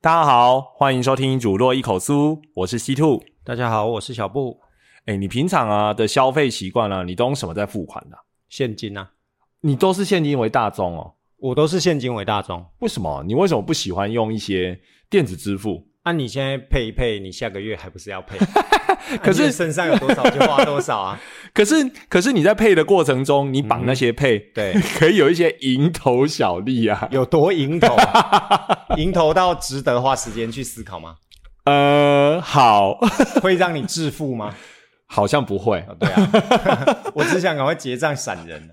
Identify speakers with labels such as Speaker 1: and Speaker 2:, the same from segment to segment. Speaker 1: 大家好，欢迎收听《煮落一口酥》，我是西兔。
Speaker 2: 大家好，我是小布。
Speaker 1: 哎，你平常啊的消费习惯啊，你都用什么在付款的、
Speaker 2: 现金啊，
Speaker 1: 你都是现金为大宗哦？
Speaker 2: 我都是现金为大宗。
Speaker 1: 为什么？你为什么不喜欢用一些电子支付？
Speaker 2: 啊，你现在配一配，你下个月还不是要 配？啊
Speaker 1: 可是
Speaker 2: 啊你身上有多少就花多 少啊。
Speaker 1: 可是，可是你在配的过程中，你绑那些配，
Speaker 2: 对，
Speaker 1: 可以有一些蝇头小利啊。
Speaker 2: 有多蝇头、啊， 蝇头到值得花时间去思考吗？
Speaker 1: 呃，好，
Speaker 2: 会让你致富吗？
Speaker 1: 好像不会
Speaker 2: 啊。对啊， 我只想赶快结账闪人，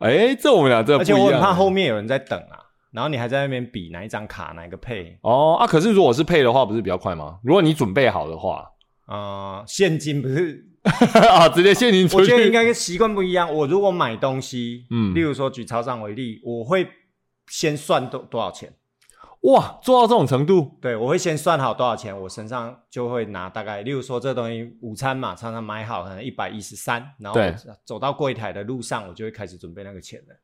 Speaker 1: 哎，这我们俩这
Speaker 2: 而且我很怕
Speaker 1: 后
Speaker 2: 后面有人在等啊，然后你还在那边比哪一张卡哪一个配。
Speaker 1: 哦啊。可是如果是配的话，不是比较快吗？如果你准备好的话
Speaker 2: 啊，现金不是
Speaker 1: 啊，直接现金出
Speaker 2: 我
Speaker 1: 去。
Speaker 2: 觉得应该跟习惯不一样。我如果买东西，
Speaker 1: 嗯
Speaker 2: 嗯，例如说举超商为例，我会先算多多少钱，
Speaker 1: 哇，做到这种程度，
Speaker 2: 对我会先算好多少钱，我身上就会拿大概，例如说这东西午餐嘛，常常买好可能一百一十三，然后
Speaker 1: 对
Speaker 2: 走到柜台的路上，我就会开始准备那个钱了。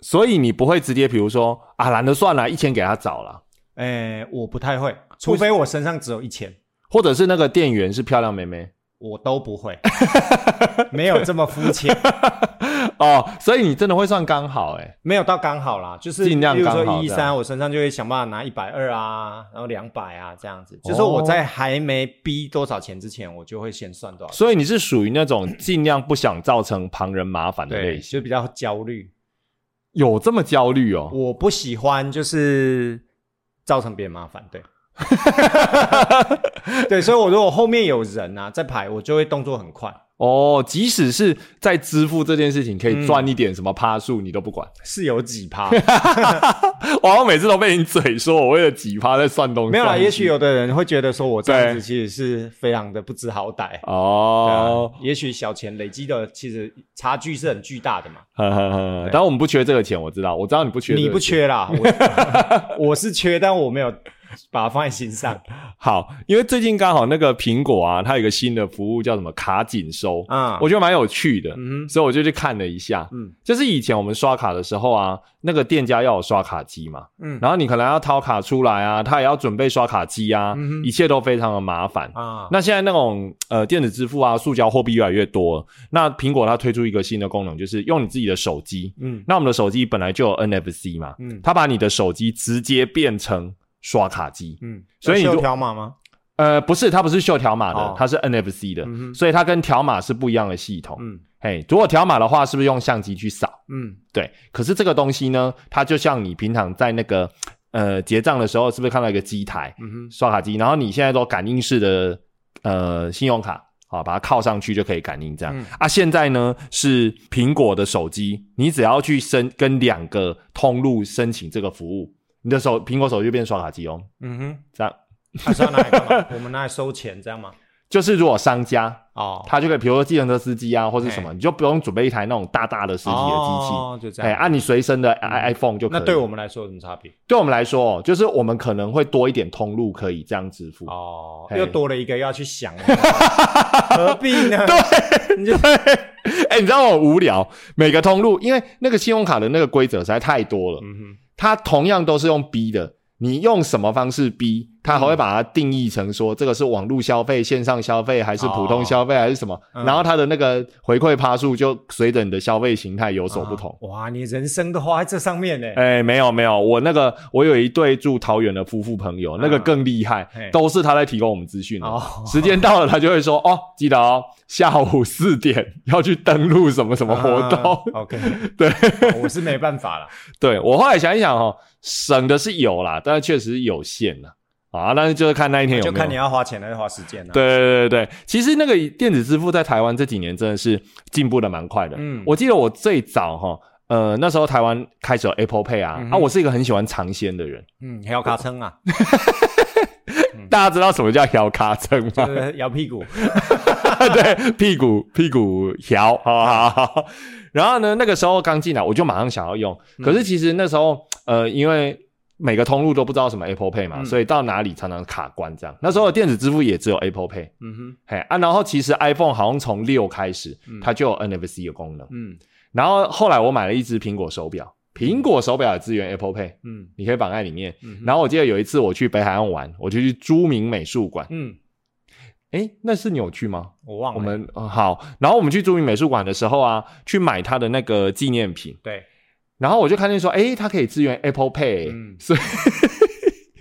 Speaker 1: 所以你不会直接比如说啊，懒得算了，一千给他找了，
Speaker 2: 哎，我不太会，除非我身上只有一千，
Speaker 1: 或者是那个店员是漂亮妹妹
Speaker 2: 我都不会，没有这么肤浅，
Speaker 1: 哦，所以你真的会算刚好哎、
Speaker 2: 没有到刚好啦，就是
Speaker 1: 尽量
Speaker 2: 例如
Speaker 1: 刚好
Speaker 2: 说一一
Speaker 1: 这样
Speaker 2: 三，我身上就会想办法拿一百二啊，然后两百啊这样子。
Speaker 1: 哦
Speaker 2: 就是我在还没逼多少钱之前，我就会先算多少钱。
Speaker 1: 所以你是属于那种尽量不想造成旁人麻烦的类
Speaker 2: 对，
Speaker 1: 型，
Speaker 2: 就比较焦虑。
Speaker 1: 有这么焦虑哦？
Speaker 2: 我不喜欢就是造成别人麻烦， 对。对，所以我如果后面有人啊在排，我就会动作很快。
Speaker 1: 哦，即使是在支付这件事情可以赚一点什么趴数，你都不 管。
Speaker 2: 是有几 趴
Speaker 1: 我好像每次都被你嘴说我为了几趴在算东西，
Speaker 2: 没有啦，
Speaker 1: 算西
Speaker 2: 也许有的人会觉得说我这样
Speaker 1: 对
Speaker 2: 子其实是非常的不知好歹。
Speaker 1: 哦
Speaker 2: 哦，，也许小钱累积的其实差距是很巨大的嘛。
Speaker 1: 呵呵呵当然我们不缺这个钱，我知道，我知道你不缺，
Speaker 2: 啊你不。缺啦， 我我是缺，但我没有把它放在 心上
Speaker 1: 好，因为最近刚好那个苹果啊，它有一个新的服务叫什么卡紧收，
Speaker 2: 啊。
Speaker 1: 我觉得蛮有趣的，
Speaker 2: 嗯
Speaker 1: 所以我就去看了一下。
Speaker 2: 嗯
Speaker 1: 就是以前我们刷卡的时候啊，那个店家要有刷卡机嘛，
Speaker 2: 嗯
Speaker 1: 然后你可能要掏卡出来啊，他也要准备刷卡机啊，
Speaker 2: 嗯哼
Speaker 1: 一切都非常的麻烦。
Speaker 2: 啊，
Speaker 1: 那现在那种呃电子支付啊，塑胶货币越来越多了。那苹果它推出一个新的功能，就是用你自己的手机。
Speaker 2: 嗯
Speaker 1: 那我们的手机本来就有 NFC 嘛，
Speaker 2: 嗯
Speaker 1: 它把你的手机直接变成刷卡机。
Speaker 2: 嗯，
Speaker 1: 所以你
Speaker 2: 有
Speaker 1: 如
Speaker 2: 秀条码吗？
Speaker 1: 呃，不是，它不是秀条码的，
Speaker 2: 哦
Speaker 1: 它是 NFC 的，
Speaker 2: 嗯哼
Speaker 1: 所以它跟条码是不一样的系统。
Speaker 2: 嗯
Speaker 1: 嘿，如果条码的话，是不是用相机去扫？
Speaker 2: 嗯
Speaker 1: 对，可是这个东西呢，它就像你平常在那个呃结账的时候，是不是看到一个机台
Speaker 2: 嗯哼，
Speaker 1: 刷卡机？然后你现在都感应式的呃信用卡，好，把它靠上去就可以感应这样、
Speaker 2: 嗯
Speaker 1: 啊。现在呢是苹果的手机，你只要去申跟两个通路申请这个服务，你的手苹果手机就变刷卡机哦。
Speaker 2: 嗯哼，
Speaker 1: 这样
Speaker 2: 还是要拿来干嘛？我 们拿来收钱，这样吗？
Speaker 1: 就是如果商家
Speaker 2: 哦，
Speaker 1: 他就可以，比如说计程车司机啊，或是什么，你就不用准备一台那种大大的实体的机器。
Speaker 2: 哦，就这
Speaker 1: 哎，
Speaker 2: 样。嗯
Speaker 1: 按、你随身的 i iPhone 就可以。
Speaker 2: 那对我们来说有什么差别？
Speaker 1: 对我们来说，哦，就是我们可能会多一点通路可以这样支付。
Speaker 2: 哦，
Speaker 1: 嘿
Speaker 2: 又多了一个要去想 了，何必呢？
Speaker 1: 哎、你知道我无聊，每个通路，因为那个信用卡的那个规则实在太多了，
Speaker 2: 嗯
Speaker 1: 它同样都是用逼的。你用什么方式逼，它
Speaker 2: 嗯
Speaker 1: 还会把它定义成说这个是网络消费、线上消费，还是普通消费，还是什么？
Speaker 2: 哦嗯
Speaker 1: 然后它的那个回馈趴数就随着你的消费形态有
Speaker 2: 哼，
Speaker 1: 所不同。
Speaker 2: 啊。哇，你人生都花在这上面呢。
Speaker 1: 哎、没有没有，我那个我有一对住桃园的夫妇朋友，那个更厉害，
Speaker 2: 嗯嘿
Speaker 1: 都是他在提供我们资讯的。
Speaker 2: 哦
Speaker 1: 时间到了，他就会说哦，记得哦，下午四点要去登录什么什么活动。
Speaker 2: 啊？OK，
Speaker 1: 对
Speaker 2: 哦我是没办法了。
Speaker 1: 对我后来想一想哦，省的是有啦，但是确实有限啦。啊，但是就是看那一天 有没有。
Speaker 2: 哦就看你要花钱还是花时间了、啊。，
Speaker 1: 对对对对，其实那个电子支付在台湾这几年真的是进步的蛮快的。
Speaker 2: 嗯
Speaker 1: 我记得我最早哈，呃，那时候台湾开始有 Apple Pay 啊，
Speaker 2: 嗯
Speaker 1: 啊，
Speaker 2: 哼
Speaker 1: 我是一个很喜欢尝鲜的人。
Speaker 2: 嗯，还有卡称 啊，
Speaker 1: 大家知道什么叫摇卡层 吗？
Speaker 2: 就是摇屁股。
Speaker 1: 对，屁股屁股摇，好好好。
Speaker 2: 嗯
Speaker 1: 然后呢，那个时候刚进来，我就马上想要用。可是其实那时候，呃，因为每个通路都不知道什么 Apple Pay 嘛，
Speaker 2: 嗯
Speaker 1: 所以到哪里常常卡关这样。那时候的电子支付也只有 Apple Pay，
Speaker 2: 嗯哼，
Speaker 1: 嘿啊，然后其实 iPhone 好像从六开始
Speaker 2: 嗯，
Speaker 1: 它就有 NFC 的功能。
Speaker 2: 嗯
Speaker 1: 然后后来我买了一只苹果手表，苹果手表也支援 Apple Pay，
Speaker 2: 嗯
Speaker 1: 你可以绑在里面。
Speaker 2: 嗯哼，
Speaker 1: 然后我记得有一次我去北海岸玩，我就去朱明美术馆，
Speaker 2: 嗯，
Speaker 1: 诶，那是你有去吗？
Speaker 2: 我忘了，
Speaker 1: 我们、呃好，然后我们去著名美术馆的时候啊，去买它的那个纪念品，
Speaker 2: 对，
Speaker 1: 然后我就看见说，诶，它可以支援 Apple Pay，、
Speaker 2: 嗯
Speaker 1: 所以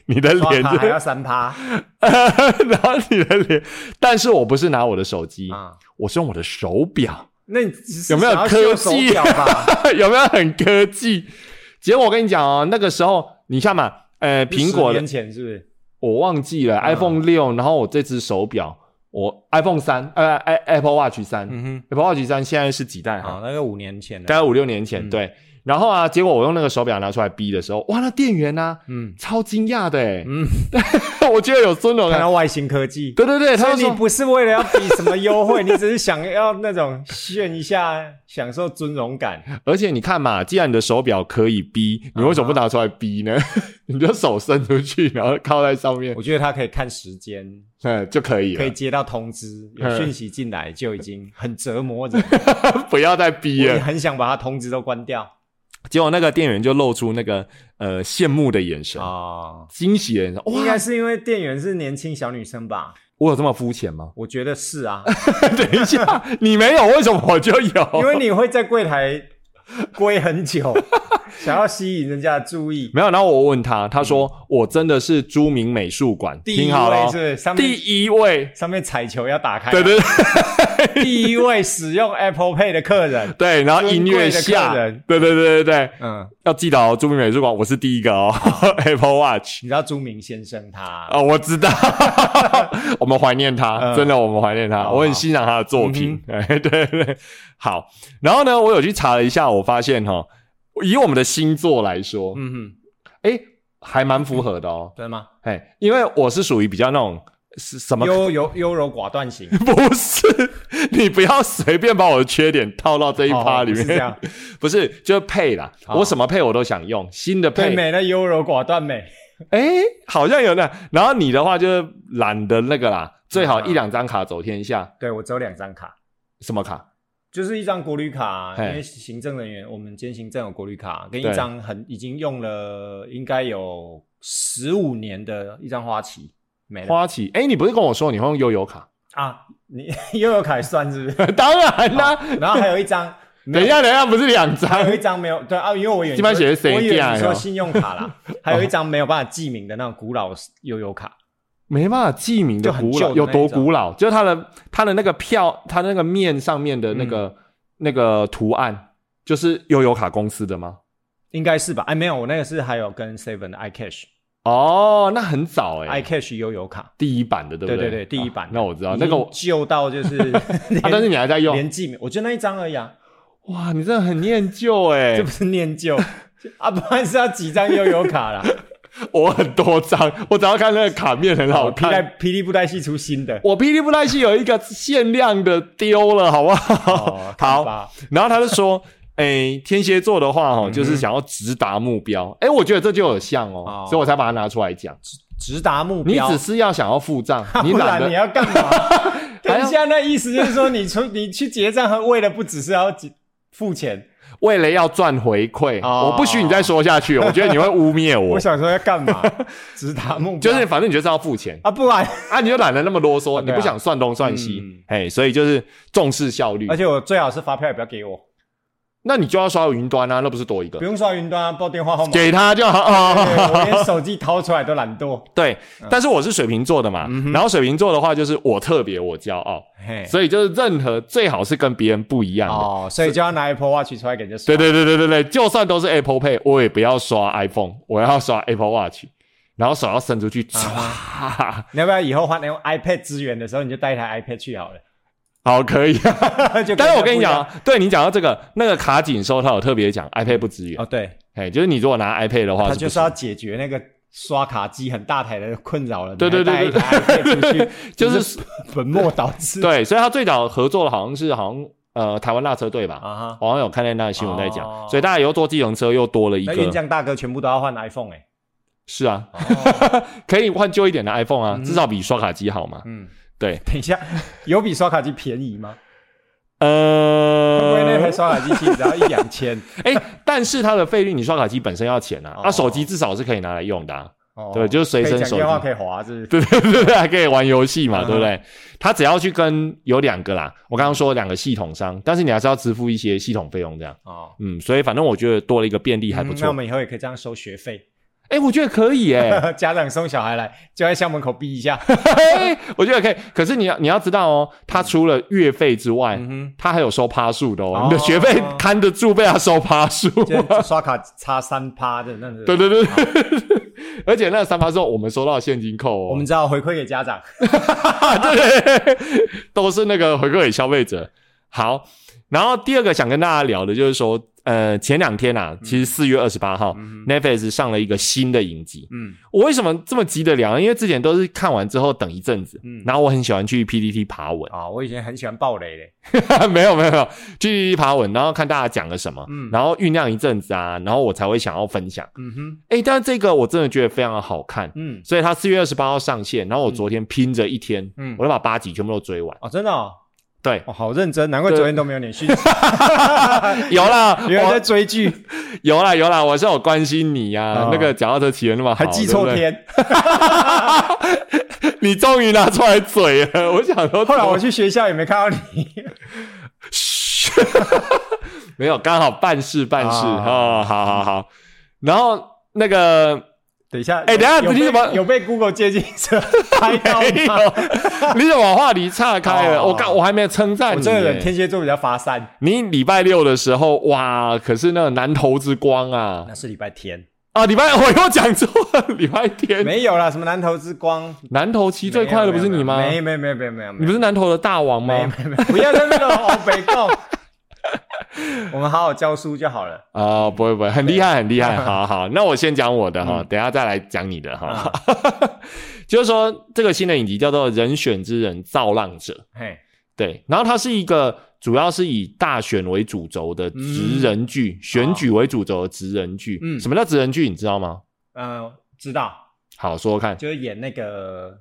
Speaker 1: 你的
Speaker 2: 刷
Speaker 1: 脸
Speaker 2: 卡
Speaker 1: 就
Speaker 2: 还要三趴
Speaker 1: 然后你的脸，但是我不是拿我的手机，
Speaker 2: 啊？
Speaker 1: 我是用我的手表，
Speaker 2: 那你只是
Speaker 1: 有没有
Speaker 2: 想要修
Speaker 1: 科
Speaker 2: 手
Speaker 1: 技
Speaker 2: 表吧？
Speaker 1: 有没有很科技？结果我跟你讲哦，那个时候你看嘛，呃， 苹果
Speaker 2: 10
Speaker 1: 的
Speaker 2: 年前啊是不是？
Speaker 1: 我忘记了、iPhone 六，然后我这只手表，我 iPhone 三，呃，i-，Apple Watch 三、
Speaker 2: 嗯
Speaker 1: a p p l e Watch 三现在是几代
Speaker 2: 哼，
Speaker 1: 哈、
Speaker 2: 好，啊那个五年前的，
Speaker 1: 大概五六年前，
Speaker 2: 嗯
Speaker 1: 对。然后啊，结果我用那个手表拿出来逼的时候，哇，那店员呢、
Speaker 2: 嗯
Speaker 1: 超惊讶的、欸，
Speaker 2: 嗯，
Speaker 1: 我觉得有尊荣
Speaker 2: 看
Speaker 1: 啊。
Speaker 2: 到外星科技，
Speaker 1: 对对对，
Speaker 2: 所
Speaker 1: 他
Speaker 2: 以
Speaker 1: 就
Speaker 2: 你
Speaker 1: 说，
Speaker 2: 不是为了要比什么 优惠，你只是想要那种炫一下，享受尊荣感。
Speaker 1: 而且你看嘛，既然你的手表可以逼，你为什么不拿出来逼呢？ 你就手伸出去，然后靠在上面，
Speaker 2: 我觉得他可以看时间，
Speaker 1: 嗯，就可以了，
Speaker 2: 可以接到通知，有
Speaker 1: 嗯
Speaker 2: 讯息进来就已经很折磨人了，
Speaker 1: 不要再逼
Speaker 2: 我也
Speaker 1: 了。
Speaker 2: 很想把它通知都关掉
Speaker 1: 结果那个店员就露出那个呃羡慕的眼神，
Speaker 2: 哦。
Speaker 1: 惊喜的眼神。
Speaker 2: 应
Speaker 1: 哇，
Speaker 2: 该是因为店员是年轻小女生吧？？
Speaker 1: 我有这么肤浅吗
Speaker 2: 我觉得是 啊，
Speaker 1: 等一下，你没有，为什么我就有？
Speaker 2: 因为你会在柜台跪很 久，想要吸引人家的注意。
Speaker 1: 没有，然后我问他，
Speaker 2: 嗯
Speaker 1: 他说、我真的是著名美术馆，
Speaker 2: 第一
Speaker 1: 听好
Speaker 2: 位
Speaker 1: 了
Speaker 2: 是不
Speaker 1: 哦，
Speaker 2: 是哎上面
Speaker 1: 第一位，
Speaker 2: 上面彩球要打开，
Speaker 1: 对对对
Speaker 2: 第一位使用 Apple Pay 的客人，
Speaker 1: 对，然后音乐
Speaker 2: 尊贵的
Speaker 1: 下
Speaker 2: 客人，
Speaker 1: 对对对对对，
Speaker 2: 嗯，
Speaker 1: 要记得哦，著名美术馆我是第一个哦 ，Apple Watch
Speaker 2: 你知道朱明先生他
Speaker 1: 哦，我知道， 我们怀念他，
Speaker 2: 嗯
Speaker 1: 真的我们怀念他，
Speaker 2: 好嗯
Speaker 1: 我很欣赏他的作品，哎对对对，好，然后呢，我有去查了一下，我发现哈、哦，以我们的星座来说，
Speaker 2: 嗯哼，
Speaker 1: 哎、还蛮符合的哦，
Speaker 2: 对吗？
Speaker 1: 哎，因为我是属于比较那种。是什么
Speaker 2: 优柔优柔寡断型，
Speaker 1: 不是，你不要随便把我的缺点套到 这一趴
Speaker 2: 哦
Speaker 1: 里
Speaker 2: 不
Speaker 1: 面。
Speaker 2: 是这样，
Speaker 1: 不是就是配啦，
Speaker 2: 哦
Speaker 1: 我什么配我都想用，新的
Speaker 2: 对
Speaker 1: 配，
Speaker 2: 美的优柔寡断美，
Speaker 1: 哎、好像有那。然后你的话就是懒得那个啦，最好
Speaker 2: 嗯
Speaker 1: 一两张卡走天下。
Speaker 2: 对我只有两张卡，
Speaker 1: 什么卡？
Speaker 2: 就是一张国旅卡，
Speaker 1: 嘿
Speaker 2: 因为行政人员，我们兼行政有国旅卡，跟
Speaker 1: 对
Speaker 2: 一张很已经用了应该有十五年的一张花旗，没了
Speaker 1: 花旗？哎、你不是跟我说你会用悠游 卡？
Speaker 2: 啊，你 悠游卡也算是 不是？
Speaker 1: 当然啦、
Speaker 2: 然后还有一张，
Speaker 1: 等一下，等一下，不是两
Speaker 2: 还有
Speaker 1: 张
Speaker 2: 一张没有对啊，因为我远
Speaker 1: 这边写的哦谁
Speaker 2: 我以为
Speaker 1: 呀
Speaker 2: 你说信用卡 啦，还有一张没有办法记名的那种古老悠游卡，
Speaker 1: 没办法记名的
Speaker 2: 就很
Speaker 1: 古
Speaker 2: 旧
Speaker 1: 老
Speaker 2: 的
Speaker 1: 有
Speaker 2: 那
Speaker 1: 多
Speaker 2: 一种
Speaker 1: 古老？就是它的它的那个票，它那个面上面的那
Speaker 2: 嗯
Speaker 1: 个、那个图案，就是悠游卡公司的吗？
Speaker 2: 应该是吧？哎，没有，我那个是还有跟 Seven 的 iCash，iCash
Speaker 1: 哦，那很早哎、
Speaker 2: 悠游卡，
Speaker 1: 第一版的对不
Speaker 2: 对
Speaker 1: 对
Speaker 2: 对对，第一版
Speaker 1: 啊
Speaker 2: 的、
Speaker 1: 那我知道，那个我
Speaker 2: 已经旧到就是连、
Speaker 1: 啊，但是你还在用
Speaker 2: 连记名，我就那一张而已啊，
Speaker 1: 哇，你真的很念旧哎、
Speaker 2: 这不是念旧啊，不然是要几张悠游卡啦？
Speaker 1: 我很多张，我只要看那个卡面很 好
Speaker 2: 我霹
Speaker 1: 看。，
Speaker 2: 雳哦霹雳布袋戏出新的
Speaker 1: 我霹雳布袋戏有一个限量的丢了，好不好？
Speaker 2: 哦，
Speaker 1: 好
Speaker 2: 看吧，
Speaker 1: 然后他就说，哎、天蝎座的话哦，
Speaker 2: 嗯
Speaker 1: 就是想要直达目标。哎、我觉得这就有像哦
Speaker 2: 哦，
Speaker 1: 所以我才把它拿出来讲。
Speaker 2: 直达目
Speaker 1: 你
Speaker 2: 标。
Speaker 1: 只是要想要付账，你
Speaker 2: 不
Speaker 1: 懒
Speaker 2: 然你
Speaker 1: 得。
Speaker 2: 要干 嘛？
Speaker 1: 还
Speaker 2: 等
Speaker 1: 要
Speaker 2: 一下，那意思就是说，你出你去结账，还为了不只是要结付钱，
Speaker 1: 为了要赚回馈，我
Speaker 2: 哦
Speaker 1: 不许你再说下去，我觉得你会污蔑我
Speaker 2: 我。想说要干嘛？直达 目
Speaker 1: 就
Speaker 2: 标，
Speaker 1: 是反正你就是要付钱，
Speaker 2: 啊，不然，
Speaker 1: 啊，你就懒得那么啰嗦，
Speaker 2: 啊
Speaker 1: 你
Speaker 2: 对啊
Speaker 1: 不想算东算西
Speaker 2: 嗯，
Speaker 1: 哎、所以就是重视效率
Speaker 2: 而。且我最好是发票也不要给我，
Speaker 1: 那你就要刷云端啊，那不是多一
Speaker 2: 不
Speaker 1: 个，
Speaker 2: 用刷云端啊，报电话号码，对嗯
Speaker 1: 给他就好
Speaker 2: 我
Speaker 1: 啊。
Speaker 2: 连手机掏出来都懒惰，
Speaker 1: 对， 但是我是水瓶座的嘛，
Speaker 2: 嗯
Speaker 1: 然后水瓶座的话就是我特别我骄傲，
Speaker 2: 嘿，
Speaker 1: 所以就是任何最好是跟别人不一样的。
Speaker 2: 哦，所以就要拿 Apple Watch 出来给人家
Speaker 1: 对
Speaker 2: 刷，
Speaker 1: 对对对对对，就算都是 Apple Pay，我也不要刷 iPhone，我要刷 Apple Watch，然后手要伸出去，
Speaker 2: 啊
Speaker 1: 唰，
Speaker 2: 你要不要以后换那种 iPad 资源的时候，你就带一台 iPad 去好了？
Speaker 1: 好可以 啊。
Speaker 2: 就
Speaker 1: 但是我跟你
Speaker 2: 人家不一
Speaker 1: 讲
Speaker 2: 样，
Speaker 1: 啊，对你讲到这个那个卡紧收，它有特别讲 iPad 不支援
Speaker 2: 哦，，对，
Speaker 1: 哎，就是你如果拿 iPad 的话，
Speaker 2: 他
Speaker 1: 啊是不
Speaker 2: 就是
Speaker 1: 行
Speaker 2: 要解决那个刷卡机很大台的困扰了，
Speaker 1: 对对对
Speaker 2: 你还带一台 iPad 出去，
Speaker 1: 就是
Speaker 2: 本末倒置。
Speaker 1: 对，所以他最早合作的好像是好像呃台湾大车队吧，
Speaker 2: 啊哈，
Speaker 1: 我好像有看见那个新闻在讲，
Speaker 2: 哦
Speaker 1: 所以大家以后坐计程车又多了一
Speaker 2: 那运
Speaker 1: 个。
Speaker 2: 将大哥全部都要换 iPhone 哎、
Speaker 1: 是啊，
Speaker 2: 哦
Speaker 1: 可以换旧一点的 iPhone 啊，至少比刷卡机好嘛。
Speaker 2: 嗯，
Speaker 1: 对，
Speaker 2: 等一下，有比刷卡机便宜吗？嗯
Speaker 1: 呃，
Speaker 2: 因为那台刷卡机其实只要一两千，
Speaker 1: 哎、但是它的费率，你刷卡机本身要钱啊，
Speaker 2: 哦
Speaker 1: 那、手机至少是可以拿来用的、啊，
Speaker 2: 哦
Speaker 1: 对，就是随
Speaker 2: 可以
Speaker 1: 身
Speaker 2: 讲
Speaker 1: 手
Speaker 2: 电话
Speaker 1: 机，
Speaker 2: 可以滑，是不是？
Speaker 1: 对对对对，还可以玩游戏嘛，
Speaker 2: 嗯哼
Speaker 1: 对不对？它只要去跟有两个啦，我刚刚说两个系统商，但是你还是要支付一些系统费用这样，
Speaker 2: 哦，
Speaker 1: 嗯，所以反正我觉得多了一个便利还不
Speaker 2: 嗯那
Speaker 1: 错
Speaker 2: 我，们以后也可以这样收学费，
Speaker 1: 哎、我觉得可以哎、
Speaker 2: 家长送小孩来就在校门口逼一下。
Speaker 1: 嘿哎我觉得可以，可是你要你要知道哦，它除了月费之外。
Speaker 2: 嗯哼，
Speaker 1: 它还有收趴数的哦，
Speaker 2: 哦
Speaker 1: 你的学费看得住被它收趴数，
Speaker 2: 就刷卡差三趴的那种。
Speaker 1: 对对对，而且那三趴之后我们收到现金扣哦，
Speaker 2: 我们知道回馈给家长。
Speaker 1: 啊， 对，都是那个回馈给消费者。好，然后第二个想跟大家聊的就是说，呃，前两天啊，其实四月二十八号、
Speaker 2: 嗯
Speaker 1: n e t f l i x 上了一个新的影集。
Speaker 2: 嗯
Speaker 1: 我为什么这么急着聊？因为之前都是看完之后等一阵子，
Speaker 2: 嗯
Speaker 1: 然后我很喜欢去 PPT 爬文，
Speaker 2: 啊，我以前很喜欢暴雷嘞。
Speaker 1: 没有没有没有，去 PPT 爬文，然后看大家讲了什么，
Speaker 2: 嗯
Speaker 1: 然后酝酿一阵子啊，然后我才会想要分享。
Speaker 2: 嗯哼，
Speaker 1: 诶，但是这个我真的觉得非常的好看，
Speaker 2: 嗯，
Speaker 1: 所以它四月二十八号上线，然后我昨天拼着一天，
Speaker 2: 嗯
Speaker 1: 我就把八集全部都追完。
Speaker 2: 哦，真的哦，
Speaker 1: 对，
Speaker 2: 哦，好认真，难怪
Speaker 1: 对
Speaker 2: 昨天都没有你讯息，
Speaker 1: 有啦，
Speaker 2: 原来在
Speaker 1: 我
Speaker 2: 追剧，
Speaker 1: 有啦有啦，我是有关心你呀、啊。
Speaker 2: 哦
Speaker 1: 那个脚踏车骑得那么好，
Speaker 2: 还记错
Speaker 1: 对不对，
Speaker 2: 天。
Speaker 1: 你终于拿出来嘴了。 我想说，
Speaker 2: 后来我去学校也没看到你。
Speaker 1: 没有，刚好办事办事
Speaker 2: 啊
Speaker 1: 哦，好好好。然后那个
Speaker 2: 等一下，
Speaker 1: 哎等一下
Speaker 2: 有
Speaker 1: 你
Speaker 2: 被
Speaker 1: 怎么
Speaker 2: 有被 Google 接近者 拍到
Speaker 1: 没
Speaker 2: 吗？
Speaker 1: 有，你怎么话题岔开了？
Speaker 2: 哦
Speaker 1: 我刚我还没称赞
Speaker 2: 我
Speaker 1: 你
Speaker 2: 这个人
Speaker 1: 耶。
Speaker 2: 天蝎座比较发散，
Speaker 1: 你礼拜六的时候，哇，可是那个南投之光啊
Speaker 2: 那是礼拜天，
Speaker 1: 啊！礼拜我 又讲错了，礼拜天
Speaker 2: 没有啦，什么南投之光，
Speaker 1: 南投骑最快的不是你吗？
Speaker 2: 没有没有没有没有没有，
Speaker 1: 你不
Speaker 2: 是
Speaker 1: 是南投的大王
Speaker 2: 没有
Speaker 1: 吗？
Speaker 2: 没有没有，不要在那边往北 动，我们好好教书就好了。
Speaker 1: 啊、不会不会，很厉害很厉害，好好， 那我先讲我的
Speaker 2: 嗯
Speaker 1: 哈，等一下再来讲你的哈。 就是说，这个新的影集叫做《人选之人造浪者》，
Speaker 2: 嘿，
Speaker 1: 对，然后它是一个主要是以大选为主轴的职人剧，选举为主轴的职人剧。
Speaker 2: 哦嗯
Speaker 1: 什么叫职人剧？你知道吗？
Speaker 2: 嗯，知道，
Speaker 1: 好，说说看
Speaker 2: 就是演那个，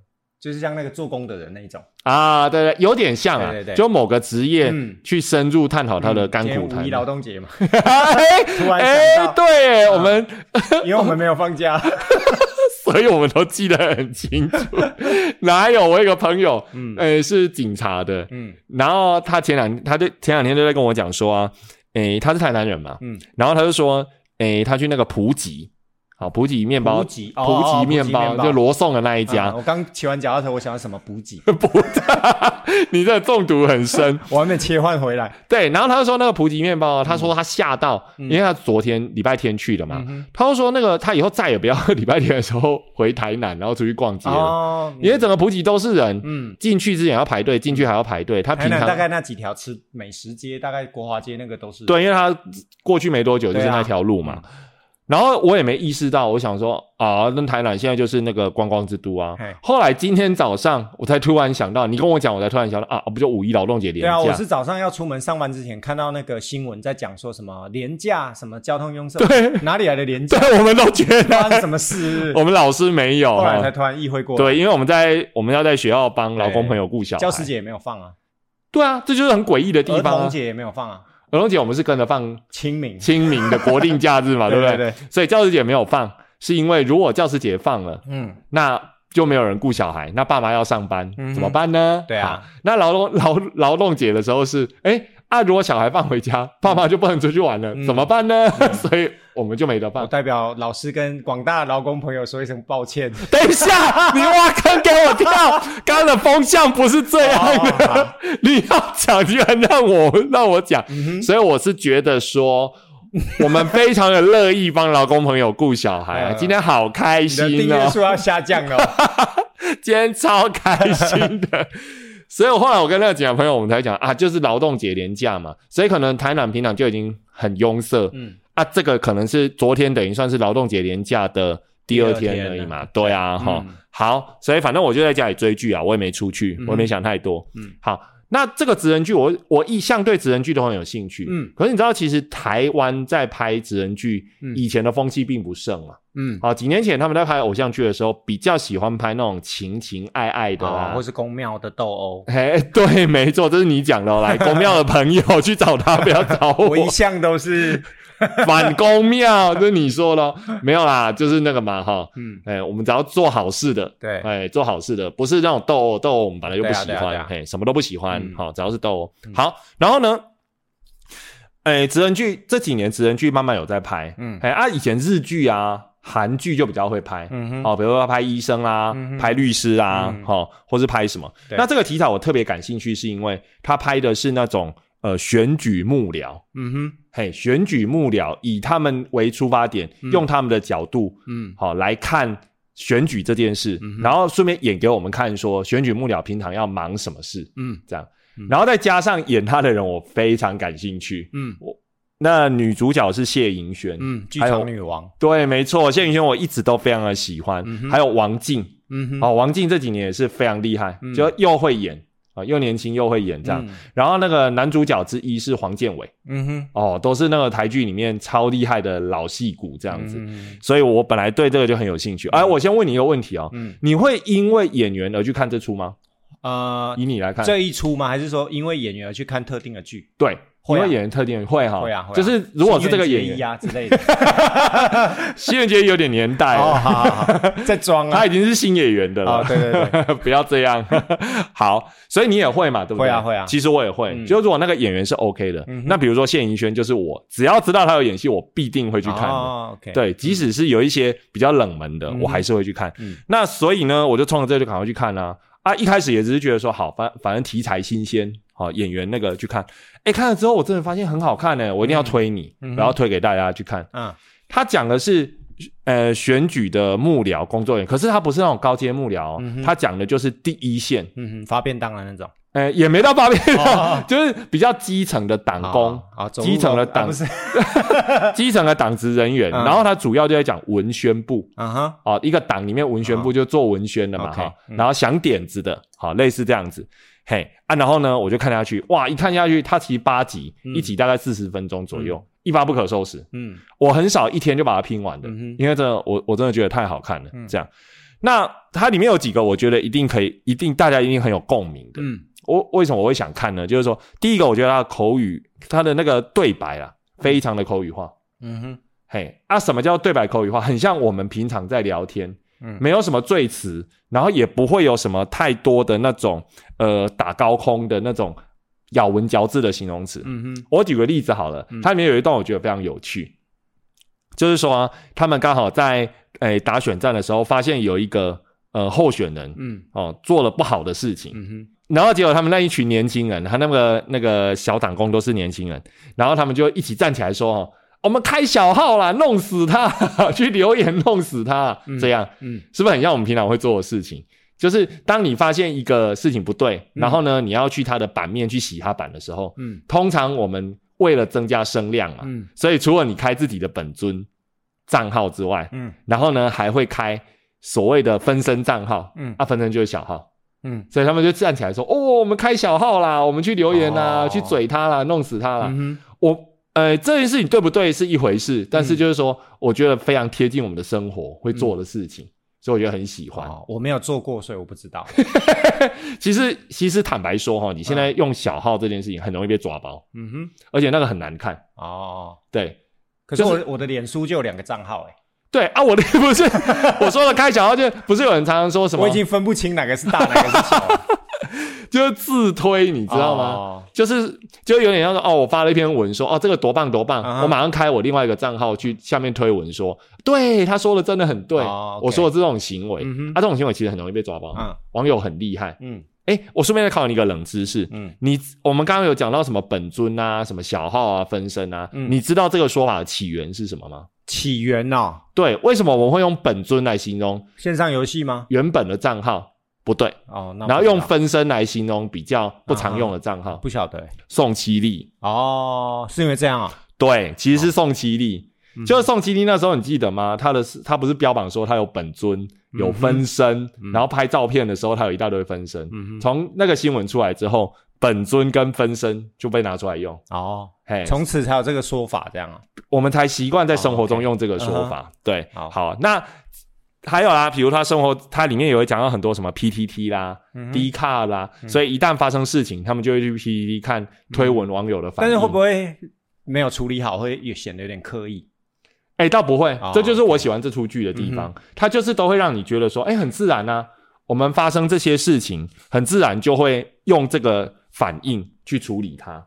Speaker 2: 就是像那个做工的人那一种，
Speaker 1: 啊，对对，有点像啊，
Speaker 2: 对对对
Speaker 1: 就某个职业
Speaker 2: 嗯
Speaker 1: 去深入探讨他的甘
Speaker 2: 今
Speaker 1: 苦
Speaker 2: 天五
Speaker 1: 谈。
Speaker 2: 一劳 动节嘛，
Speaker 1: 哎
Speaker 2: 突然
Speaker 1: 哎
Speaker 2: 想，到，嗯
Speaker 1: 对，我们
Speaker 2: 因为我们没有放假，
Speaker 1: 哦 所以我们都记得很清楚。 哪有我有一个朋友，
Speaker 2: 嗯
Speaker 1: 呃，是警察的，
Speaker 2: 嗯
Speaker 1: 然后他前两他就前两天就在跟我讲说啊，诶，他是台南人嘛，
Speaker 2: 嗯，
Speaker 1: 然后他就说，诶，他去那个普吉，好，普吉面包，
Speaker 2: 补给哦哦
Speaker 1: 普
Speaker 2: 哦
Speaker 1: 吉面包
Speaker 2: 普吉面包
Speaker 1: 就罗宋的那一
Speaker 2: 嗯
Speaker 1: 家，
Speaker 2: 我刚骑完脚踏车，我想要什么补给，
Speaker 1: 你这中毒很 深。
Speaker 2: 我还没切换回来，
Speaker 1: 对，然后他就说那个普吉面包啊，他说他吓到，因为他昨天礼拜天去的嘛
Speaker 2: 嗯，哼
Speaker 1: 他就说那个他以后再也不要礼拜天的时候回台南，然后出去逛街了，
Speaker 2: 哦，
Speaker 1: 因为整个普吉都是人。
Speaker 2: 嗯，
Speaker 1: 进去之前要排队，进去还要排队。他
Speaker 2: 台
Speaker 1: 平常
Speaker 2: 南大概那几条吃美食街，大概国华街那个都是，
Speaker 1: 对，因为他过去没多久就是
Speaker 2: 对啊
Speaker 1: 那条路嘛。然后我也没意识到，我想说啊，那台南现在就是那个观光之都啊
Speaker 2: 嘿。
Speaker 1: 后来今天早上我才突然想到，你跟我讲，我才突然想到啊，不就五一劳动节连
Speaker 2: 对
Speaker 1: 假？
Speaker 2: 啊，我是早上要出门上班之前看到那个新闻在讲说什么廉价，什么交通拥塞，
Speaker 1: 对
Speaker 2: 哪里来的廉价？
Speaker 1: 对，我们都觉
Speaker 2: 发生
Speaker 1: 得？
Speaker 2: 什么事
Speaker 1: 我们老师没有
Speaker 2: 后来才
Speaker 1: 啊。
Speaker 2: 突然意会过来，
Speaker 1: 对，因为我们在我们要在学校帮劳工朋友顾小
Speaker 2: 教师
Speaker 1: 孩。
Speaker 2: 节也没有放啊，
Speaker 1: 对啊，这就是很诡异的地
Speaker 2: 儿
Speaker 1: 方
Speaker 2: 童
Speaker 1: 啊。
Speaker 2: 节也没有放啊，
Speaker 1: 儿童节我们是跟着放
Speaker 2: 清明，
Speaker 1: 清明的国定假日嘛，啊 对
Speaker 2: 对
Speaker 1: 不对？
Speaker 2: 对，
Speaker 1: 所以教师节没有放，是因为如果教师节放了，
Speaker 2: 嗯，
Speaker 1: 那就没有人顾小孩，那爸妈要上班，
Speaker 2: 嗯哼
Speaker 1: 怎么办呢？
Speaker 2: 对
Speaker 1: 好，
Speaker 2: 啊
Speaker 1: 那劳动劳劳动节的时候是，哎，啊，如果小孩放回家，爸妈就不能出去玩了，
Speaker 2: 嗯哦
Speaker 1: 怎么办呢？ 所以我们就没得
Speaker 2: 我
Speaker 1: 放。
Speaker 2: 代表老师跟广大劳工朋友说一声抱歉。
Speaker 1: 等一下，你挖坑给 我跳，刚刚的风向不是这样的，
Speaker 2: 哦
Speaker 1: 你要讲居然让我让我讲，
Speaker 2: 嗯
Speaker 1: 所以我是觉得说。我们非常的乐意帮劳工朋友顾小 孩啊，
Speaker 2: 嗯
Speaker 1: 今天好开
Speaker 2: 你的订
Speaker 1: 心哦！
Speaker 2: 阅数要下降 了，
Speaker 1: 今天超开心的。 所以我后来我跟那个警察朋友，我们才讲啊，就是劳动节连假嘛，所以可能台南平常就已经很拥塞、
Speaker 2: 嗯，
Speaker 1: 啊，这个可能是昨天等于算是劳动节连假的第二天而已嘛，对啊，哈、
Speaker 2: 嗯
Speaker 1: 好，所以反正我就在家里追剧啊，我也没出去，
Speaker 2: 嗯哼
Speaker 1: 我也没想太多，
Speaker 2: 嗯，
Speaker 1: 好。那这个职人剧我，我一向对职人剧都很有兴趣，
Speaker 2: 嗯，
Speaker 1: 可是你知道，其实台湾在拍职人剧、
Speaker 2: 嗯
Speaker 1: 以前的风气并不盛嘛，
Speaker 2: 嗯，
Speaker 1: 好，几年前他们在拍偶像剧的时候，比较喜欢拍那种情情爱爱的
Speaker 2: 啊，
Speaker 1: 啦，
Speaker 2: 或。是公庙的斗殴
Speaker 1: 哎， 对，没错，这是你讲的、哦。来，公庙的朋友去找他，不要找我
Speaker 2: 我。一向都
Speaker 1: 嗯
Speaker 2: 是，
Speaker 1: 反公庙，这是你说的哦，没有啦，就是那个嘛，哈。
Speaker 2: 嗯，
Speaker 1: 哎，我们只要做好事的，
Speaker 2: 对，
Speaker 1: 哎，做好事的，不是那种斗殴，斗殴我们本来就不喜
Speaker 2: 对啊对
Speaker 1: 欢
Speaker 2: 啊，
Speaker 1: 哎，什么都不喜欢
Speaker 2: 嗯，
Speaker 1: 好、只要是斗殴，
Speaker 2: 嗯
Speaker 1: 好，然后呢，哎，职人剧这几年职人剧慢慢有在拍，
Speaker 2: 嗯
Speaker 1: 哎啊，以前日剧啊、韩剧就比较会拍，
Speaker 2: 嗯哼，
Speaker 1: 哦，比如说拍医生啦、
Speaker 2: 嗯哼
Speaker 1: 拍律师啊，
Speaker 2: 嗯
Speaker 1: 哦，或是拍什么，
Speaker 2: 对
Speaker 1: 那这个题材我特别感兴趣，是因为他拍的是那种呃选举幕僚，
Speaker 2: 嗯哼，
Speaker 1: 嘿，选举幕僚以他们为出发点，
Speaker 2: 嗯
Speaker 1: 用他们的角度，
Speaker 2: 嗯
Speaker 1: 好、来看选举这件事，
Speaker 2: 嗯哼
Speaker 1: 然后顺便演给我们看说选举幕僚平常要忙什么事，
Speaker 2: 嗯
Speaker 1: 这样
Speaker 2: 嗯，
Speaker 1: 然后再加上演他的人，我非常感兴趣。
Speaker 2: 嗯
Speaker 1: 那女主角是谢盈萱，
Speaker 2: 嗯，剧
Speaker 1: 还有
Speaker 2: 场女王，
Speaker 1: 对，没错，谢盈萱我一直都非常的喜欢，
Speaker 2: 嗯哼
Speaker 1: 还有王静，
Speaker 2: 嗯哼，
Speaker 1: 哦，王静这几年也是非常厉害，
Speaker 2: 嗯
Speaker 1: 就又会演啊、又年轻又会演这样。
Speaker 2: 嗯
Speaker 1: 然后那个男主角之一是黄建伟，
Speaker 2: 嗯哼，
Speaker 1: 哦，都是那个台剧里面超厉害的老戏骨这
Speaker 2: 这
Speaker 1: 样子。
Speaker 2: 嗯
Speaker 1: 所以我本来对这个就很有兴趣。哎、我先问你一个问题哦，
Speaker 2: 嗯
Speaker 1: 你会因为演员而去看这出吗？
Speaker 2: 呃，
Speaker 1: 以你来看，
Speaker 2: 这一出吗？还是说因为演员而去看特定的剧？
Speaker 1: 对，
Speaker 2: 会啊
Speaker 1: 因为演员特定会哈，
Speaker 2: 会啊，会啊
Speaker 1: 就是如哦果是这个演
Speaker 2: 新垣结衣
Speaker 1: 员，
Speaker 2: 啊之类 的。
Speaker 1: 新人节有点年代
Speaker 2: 哦，
Speaker 1: 了，
Speaker 2: 好好好，在装啊
Speaker 1: 哎 他。已啊经是新演员的
Speaker 2: 哦
Speaker 1: 了，。
Speaker 2: 对对对，
Speaker 1: 不要这样，好，所以你也会嘛，对不对？
Speaker 2: 会啊会啊
Speaker 1: 其实我也会，
Speaker 2: 嗯
Speaker 1: 就如果那个演员是 OK 的，
Speaker 2: 嗯哼
Speaker 1: 那比如说谢盈萱，就是我只要知道他有演戏，我必定会去看的。
Speaker 2: 哦，OK，，
Speaker 1: 对，即使是有一些比较冷门的，
Speaker 2: 嗯
Speaker 1: 我还是会去看。
Speaker 2: 嗯
Speaker 1: 那所以呢，我就冲着这就赶快去看啦、啊。一开始也只是觉得说好，反反正题材新鲜，好、演员那个去看。哎，看了之后我真的发现很好看呢、我一定要推你，
Speaker 2: 嗯嗯哼
Speaker 1: 然后推给大家去看。
Speaker 2: 嗯
Speaker 1: 他讲的是呃选举的幕僚工作人员，可是他不是那种高阶幕僚、哦
Speaker 2: 嗯哼
Speaker 1: 他讲的就是第一线，
Speaker 2: 嗯哼，发便当的那种，
Speaker 1: 呃，也没到八面、
Speaker 2: 哦
Speaker 1: 就是比较基层的党工。哦
Speaker 2: 啊，走路
Speaker 1: 基层的
Speaker 2: 啊
Speaker 1: 党
Speaker 2: 不是，
Speaker 1: 基层的党职人员，
Speaker 2: 嗯
Speaker 1: 然后他主要就在讲文宣部，
Speaker 2: 嗯哼，
Speaker 1: 哦，一个党里面文宣部就做文宣的嘛，
Speaker 2: 哦 OK，
Speaker 1: 哈、
Speaker 2: 嗯
Speaker 1: 然后想点子的，好、类似这样子，嘿啊，然后呢，我就看下去，哇，一看下去，它其实八集，
Speaker 2: 嗯
Speaker 1: 一集大概四十分钟左右，一发不可收拾。
Speaker 2: 嗯
Speaker 1: 我很少一天就把它拼完的，
Speaker 2: 嗯哼
Speaker 1: 因为真的，我我真的觉得太好看了，
Speaker 2: 嗯
Speaker 1: 这样。那它里面有几个，我觉得一定可以，一定大家一定很有共鸣的。
Speaker 2: 嗯
Speaker 1: 我为什么我会想看呢？就是说，第一个，我觉得它的口语，它的那个对白啊，非常的口语化。
Speaker 2: 嗯哼，
Speaker 1: 嘿啊，什么叫对白口语化？很像我们平常在聊天，
Speaker 2: 嗯
Speaker 1: 没有什么赘词，然后也不会有什么太多的那种呃打高空的那种咬文嚼字的形容词。
Speaker 2: 嗯哼，
Speaker 1: 我举个例子好了，
Speaker 2: 嗯
Speaker 1: 它里面有一段我觉得非常有趣，就是说、啊、他们刚好在诶、打选战的时候，发现有一个呃候选人
Speaker 2: 嗯
Speaker 1: 哦做了不好的事情，
Speaker 2: 嗯哼，
Speaker 1: 然后结果他们那一群年轻人，他那个那个小党工都是年轻人，然后他们就一起站起来说：“哦，我们开小号啦，弄死他， 去留言弄死他。
Speaker 2: 嗯
Speaker 1: 这样
Speaker 2: 嗯
Speaker 1: 是不是很像我们平常会做的事情？就是当你发现一个事情不对，然后呢，你要去他的版面去洗他版的时候，
Speaker 2: 嗯
Speaker 1: 通常我们为了增加声量嘛，
Speaker 2: 嗯
Speaker 1: 所以除了你开自己的本尊账号之外，
Speaker 2: 嗯
Speaker 1: 然后呢还会开所谓的分身账号，
Speaker 2: 嗯
Speaker 1: 啊，分身就是小号。
Speaker 2: 嗯
Speaker 1: 所以他们就站起来说：“哦，我们开小号啦，我们去留言啦，
Speaker 2: 哦
Speaker 1: 去嘴他啦，弄死他啦。
Speaker 2: 嗯哼，
Speaker 1: 我呃，这件事情对不对是一回事，但
Speaker 2: 嗯
Speaker 1: 是就是说，我觉得非常贴近我们的生活会做的事情，所以我觉得很喜欢。
Speaker 2: 哦，我没有做过，所以我不知 道。
Speaker 1: 其实，其实坦白说哈，你现在用小号这件事情很容易被抓包，
Speaker 2: 嗯哼，
Speaker 1: 而且那个很难看。
Speaker 2: 哦，
Speaker 1: 对
Speaker 2: 可是
Speaker 1: 就
Speaker 2: 我
Speaker 1: 是
Speaker 2: 我的脸书就有两个账号，哎，
Speaker 1: 对啊，我的 不是我说的开小号，就不是有人常常说什么
Speaker 2: 我已，经分不清哪个是大，哪个是小了，
Speaker 1: 就是自推，你
Speaker 2: 你
Speaker 1: 知道吗？
Speaker 2: 吗？
Speaker 1: 就是就有点像说哦，我发了一篇文说哦这个多棒多棒
Speaker 2: 啊哈
Speaker 1: 我马上开我另外一个账号去下面推文说，对他说的真的很对
Speaker 2: 哦，OK
Speaker 1: 我说的这种行为、
Speaker 2: 嗯哼
Speaker 1: 啊，这种行为其实很容易被抓包，
Speaker 2: 嗯
Speaker 1: 网友很厉害。
Speaker 2: 嗯
Speaker 1: 哎，我顺便再考你一个冷知识，
Speaker 2: 嗯
Speaker 1: 你我们刚刚有讲到什么本尊啊、什么小号啊、分身啊，
Speaker 2: 嗯
Speaker 1: 你知道这个说法的起源是什么吗？
Speaker 2: 起源哦，
Speaker 1: 对，为什么我们会用本尊来形容
Speaker 2: 线上游戏吗？
Speaker 1: 原本的账号？不对，
Speaker 2: 哦，那
Speaker 1: 然
Speaker 2: 我
Speaker 1: 后
Speaker 2: 不知
Speaker 1: 用
Speaker 2: 道
Speaker 1: 分身来形容比较不常用的账号，
Speaker 2: 不晓得欸
Speaker 1: 宋七力。
Speaker 2: 哦，是因为这样啊？
Speaker 1: 对，其实是宋其力，
Speaker 2: 嗯
Speaker 1: 就是宋其力那时候你记得吗？他的他不是标榜说他有本
Speaker 2: 嗯
Speaker 1: 尊、有分身，然后拍照片的时候他有一大堆分身。
Speaker 2: 嗯哼，
Speaker 1: 从那个新闻出来之后，本尊跟分身就被拿出来用，
Speaker 2: 哦，
Speaker 1: 嘿，
Speaker 2: 从此才有这个说法，这样啊，
Speaker 1: 我们才习惯在生活
Speaker 2: 哦
Speaker 1: 中
Speaker 2: ，OK
Speaker 1: 用这个说法。对，
Speaker 2: 好
Speaker 1: 那还有啦，比如他生活，它里面也会讲到很多什么 PTT 啦、
Speaker 2: 嗯哼
Speaker 1: D 卡啦，所以一旦发生事情，他们就会去 PTT 看推文网友的反
Speaker 2: 但
Speaker 1: 应。
Speaker 2: 是会不会没有处理好，会也显得有点刻意？
Speaker 1: 哎、倒不会
Speaker 2: 哦，嗯
Speaker 1: 这就是我喜欢这出剧的地方，它就是都会让你觉得说，哎、很自然啊，我们发生这些事情，很自然就会用这个反应去处理它，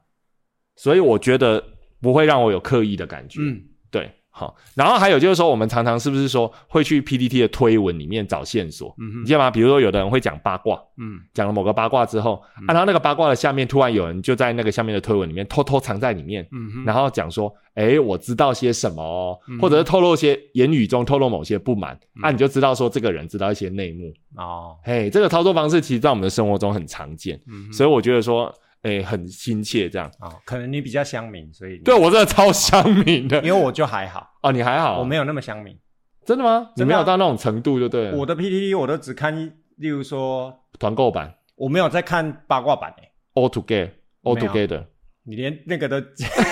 Speaker 1: 所以我觉得不会让我有刻意的感觉。
Speaker 2: 嗯，
Speaker 1: 对，好。然后还有就是说，我们常常是不是说会去 PPT 的推文里面找线索？
Speaker 2: 嗯
Speaker 1: 你知道吗？比如说，有的人会讲八卦，
Speaker 2: 嗯，
Speaker 1: 讲了某个八卦之后，啊，然后那个八卦的下面突然有人就在那个下面的推文里面偷偷藏在里面，
Speaker 2: 嗯哼
Speaker 1: 然后讲说，哎，我知道些什么哦，或者是透露些言语中透露某些不满，
Speaker 2: 嗯
Speaker 1: 啊，你就知道说这个人知道一些内幕。
Speaker 2: 哦，
Speaker 1: 嘿，这个操作方式其实在我们的生活中很常见，
Speaker 2: 嗯哼
Speaker 1: 所以我觉得说，哎，很亲切这样。
Speaker 2: 哦，可能你比较乡民，所以
Speaker 1: 对我真的超香民的
Speaker 2: 因为我就还好，
Speaker 1: 哦，你还好，
Speaker 2: 我没
Speaker 1: 有
Speaker 2: 有那么乡民，
Speaker 1: 真的吗？你
Speaker 2: 真的啊
Speaker 1: 没有到那种程度就对了。
Speaker 2: 我的 PPT 我都只看一，例如说
Speaker 1: 团购版
Speaker 2: 我没有在看八卦版诶、
Speaker 1: all together all
Speaker 2: 没有
Speaker 1: together，啊
Speaker 2: 你连那个都，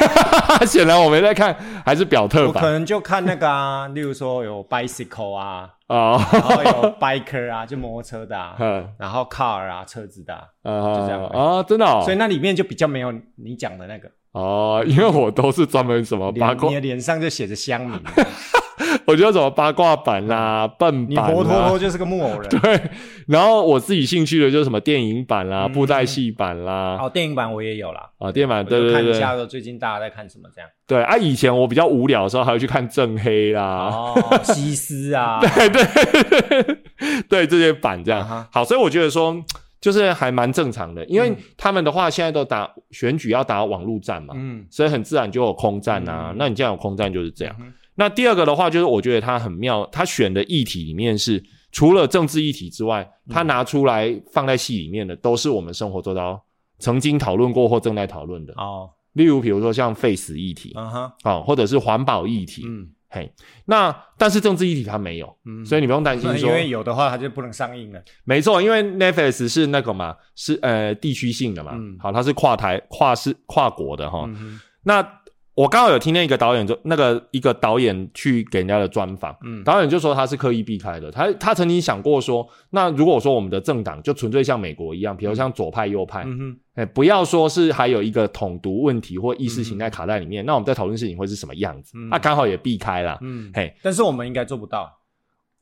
Speaker 1: 显然我没在看，还是表特
Speaker 2: 我可
Speaker 1: 版
Speaker 2: 能就看那个 啊，例如说有 bicycle 啊，
Speaker 1: 哦，
Speaker 2: 然后有 biker 啊，就摩托车的啊，
Speaker 1: 嗯
Speaker 2: 然后 car 啊，车子的、啊，
Speaker 1: 啊
Speaker 2: 就这样而已
Speaker 1: 啊，真的哦
Speaker 2: 所以那里面就比较没有你讲的那个，
Speaker 1: 哦，因为我都是专门什么八
Speaker 2: 脸
Speaker 1: 卦
Speaker 2: 你，的脸上就写着乡民，
Speaker 1: 我觉得什么八卦版啦、笨
Speaker 2: 嗯你
Speaker 1: 版
Speaker 2: 活脱
Speaker 1: 啦
Speaker 2: 脱，就是个木偶人。
Speaker 1: 对，然后我自己兴趣的就是什么电影版啦、布袋戏版啦
Speaker 2: 哦，电影版我也有啦，
Speaker 1: 啊，电影版
Speaker 2: 嗯我
Speaker 1: 啊对
Speaker 2: 就
Speaker 1: 对
Speaker 2: 看一
Speaker 1: 对
Speaker 2: 下
Speaker 1: 对
Speaker 2: 说最近大家在看什么这样。
Speaker 1: 对啊，以前我比较无聊的时候还会去看正黑啦，
Speaker 2: 哦， 西施 啊，
Speaker 1: 对对 对这些版这样
Speaker 2: 啊哈。
Speaker 1: 好，所以我觉得说就是还蛮正常的，因为
Speaker 2: 嗯
Speaker 1: 他们的话现在都打选举要打网络战嘛，
Speaker 2: 嗯，
Speaker 1: 所以很自然就有空战啊
Speaker 2: 嗯。
Speaker 1: 那你既然有空战就是这样
Speaker 2: 嗯哼。
Speaker 1: 那第二个的话，就是我觉得他很妙，他选的议题里面是除了政治议题之外，
Speaker 2: 嗯
Speaker 1: 他拿出来放在戏里面的都是我们生活周遭曾经讨论过或正在讨论的，
Speaker 2: 哦，
Speaker 1: 例如比如说像 face 议题
Speaker 2: 嗯哼，
Speaker 1: 啊，或者是环保议题。
Speaker 2: 嗯
Speaker 1: 嘿，那但是政治议题他没有，
Speaker 2: 嗯，
Speaker 1: 所以你不用担心
Speaker 2: 那因
Speaker 1: 说，
Speaker 2: 为有的话它就不能上映了。
Speaker 1: 没错，因为 Netflix 是那个嘛，是呃地区性的嘛，
Speaker 2: 嗯
Speaker 1: 好，它是跨台跨市跨国的哈，
Speaker 2: 嗯哼
Speaker 1: 那我刚好有听那个导演就那个一个导演去给人家的专访，
Speaker 2: 嗯
Speaker 1: 导演就说他是刻意避开的。他他曾经想过说，那如果说我们的政党就纯粹像美国一样，比如像左派右派，
Speaker 2: 嗯哼，
Speaker 1: 哎、不要说是还有一个统独问题或意识形态卡在里面，那我们在讨论事情会是什么样子？
Speaker 2: 嗯
Speaker 1: 那刚、好也避开啦。
Speaker 2: 嗯，
Speaker 1: 嘿，
Speaker 2: 但是我们应该做不到，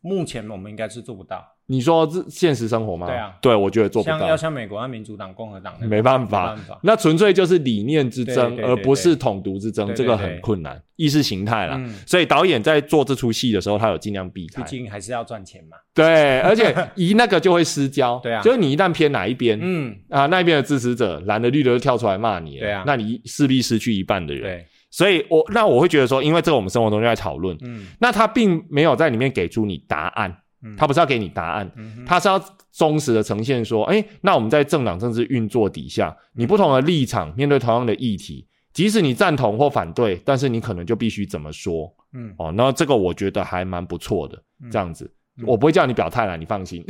Speaker 2: 目前我们应该是做不到。
Speaker 1: 你说这现实生活吗？
Speaker 2: 对啊
Speaker 1: 对我觉得做不
Speaker 2: 像要
Speaker 1: 到，
Speaker 2: 像美国、像民主党、共和党那种，
Speaker 1: 没办法
Speaker 2: 没办法。
Speaker 1: 那纯粹就是理念之争，
Speaker 2: 对对对
Speaker 1: 而不是统独之争，
Speaker 2: 对对
Speaker 1: 这个
Speaker 2: 对
Speaker 1: 很困难，意识形态啦。
Speaker 2: 嗯，
Speaker 1: 所以导演在做这出戏的时候，他有尽量避开
Speaker 2: 毕。竟还是要赚钱嘛。
Speaker 1: 对，而 且一那个就会失焦，
Speaker 2: 对啊
Speaker 1: 就是你一旦偏哪一边、
Speaker 2: 嗯，
Speaker 1: 啊，那一边的支持者蓝的绿的就跳出来骂你了，
Speaker 2: 对啊
Speaker 1: 那你势必失去一半的人。，
Speaker 2: 对，
Speaker 1: 所以我那我会觉得说，因为这个我们生活中就在讨论，
Speaker 2: 嗯
Speaker 1: 那他并没有在里面给出你答案，
Speaker 2: 嗯
Speaker 1: 他不是要给你答案，
Speaker 2: 嗯哼，
Speaker 1: 他是要忠实的呈现说，哎，那我们在政党政治运作底下，你不同的立场面对同样的议题，即使你赞同或反对，但是你可能就必须怎么说，
Speaker 2: 嗯，
Speaker 1: 哦，那这个我觉得还蛮不错的，这样子。
Speaker 2: 嗯
Speaker 1: 我不会叫你表态啦，你放心。，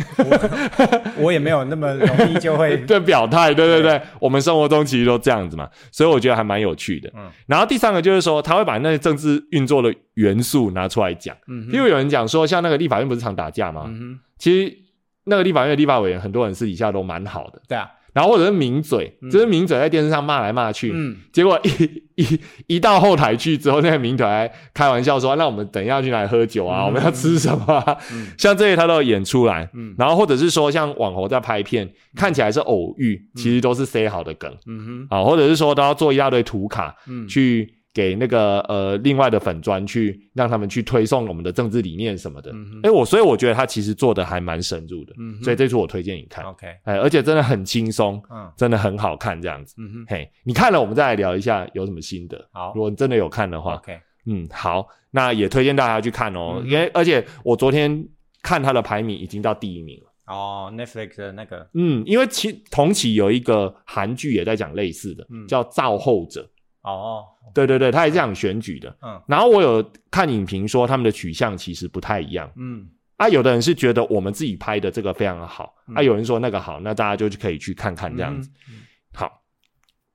Speaker 2: 我也没有那么容易就会
Speaker 1: 对，表态，对对对，我们生活中其实都这样子嘛，所以我觉得还蛮有趣的。
Speaker 2: 嗯
Speaker 1: 然后第三个就是说，他会把那些政治运作的元素拿出来讲，
Speaker 2: 嗯哼
Speaker 1: 譬如有人讲说，像那个立法院不是常打架吗？
Speaker 2: 嗯
Speaker 1: 其实那个立法院的立法委员，很多人私底下都蛮好的
Speaker 2: 哼，，对啊，
Speaker 1: 然后或者是名嘴，
Speaker 2: 嗯
Speaker 1: 就是名嘴在电视上骂来骂去，
Speaker 2: 嗯，
Speaker 1: 结果一一一到后台去之后，那个名腿还开玩笑说：“那我们等一下要去哪里喝酒啊？
Speaker 2: 嗯
Speaker 1: 我们要吃什么、啊？”
Speaker 2: 嗯
Speaker 1: 像这些他都有演出来。
Speaker 2: 嗯
Speaker 1: 然后或者是说，像网红在拍片，看起来是偶遇，其实都是塞好的梗
Speaker 2: 嗯哼，
Speaker 1: 啊，或者是说都要做一大堆图卡
Speaker 2: 嗯，
Speaker 1: 去给那个呃另外的粉砖去让他们去推送我们的政治理念什么的。
Speaker 2: 嗯
Speaker 1: 哎，我所以我觉得他其实做的还蛮深入的，
Speaker 2: 嗯哼
Speaker 1: 所以这次我推荐你看，
Speaker 2: ，OK，
Speaker 1: 哎，而且真的很轻松，
Speaker 2: 嗯
Speaker 1: 真的很好看这样子。
Speaker 2: 嗯哼，
Speaker 1: 嘿，你看了，我们再来聊一下有什么心得。
Speaker 2: 好
Speaker 1: 如果你真的有看的话，
Speaker 2: ，OK，
Speaker 1: 嗯，好，那也推荐大家去看哦，
Speaker 2: 嗯
Speaker 1: 因为而且我昨天看它的排名已经到第一名了。
Speaker 2: 哦，Netflix 的那个，
Speaker 1: 嗯，因为其同期有一个韩剧也在讲类似的，
Speaker 2: 嗯
Speaker 1: 叫《造后者》。
Speaker 2: 哦，
Speaker 1: 对对对，他也是讲选举的。
Speaker 2: 嗯
Speaker 1: 然后我有看影评说他们的取向其实不太一样
Speaker 2: 嗯
Speaker 1: 啊，有的人是觉得我们自己拍的这个非常好，
Speaker 2: 嗯
Speaker 1: 啊，有人说那个好，那大家就可以去看看这样子。
Speaker 2: 嗯
Speaker 1: 好，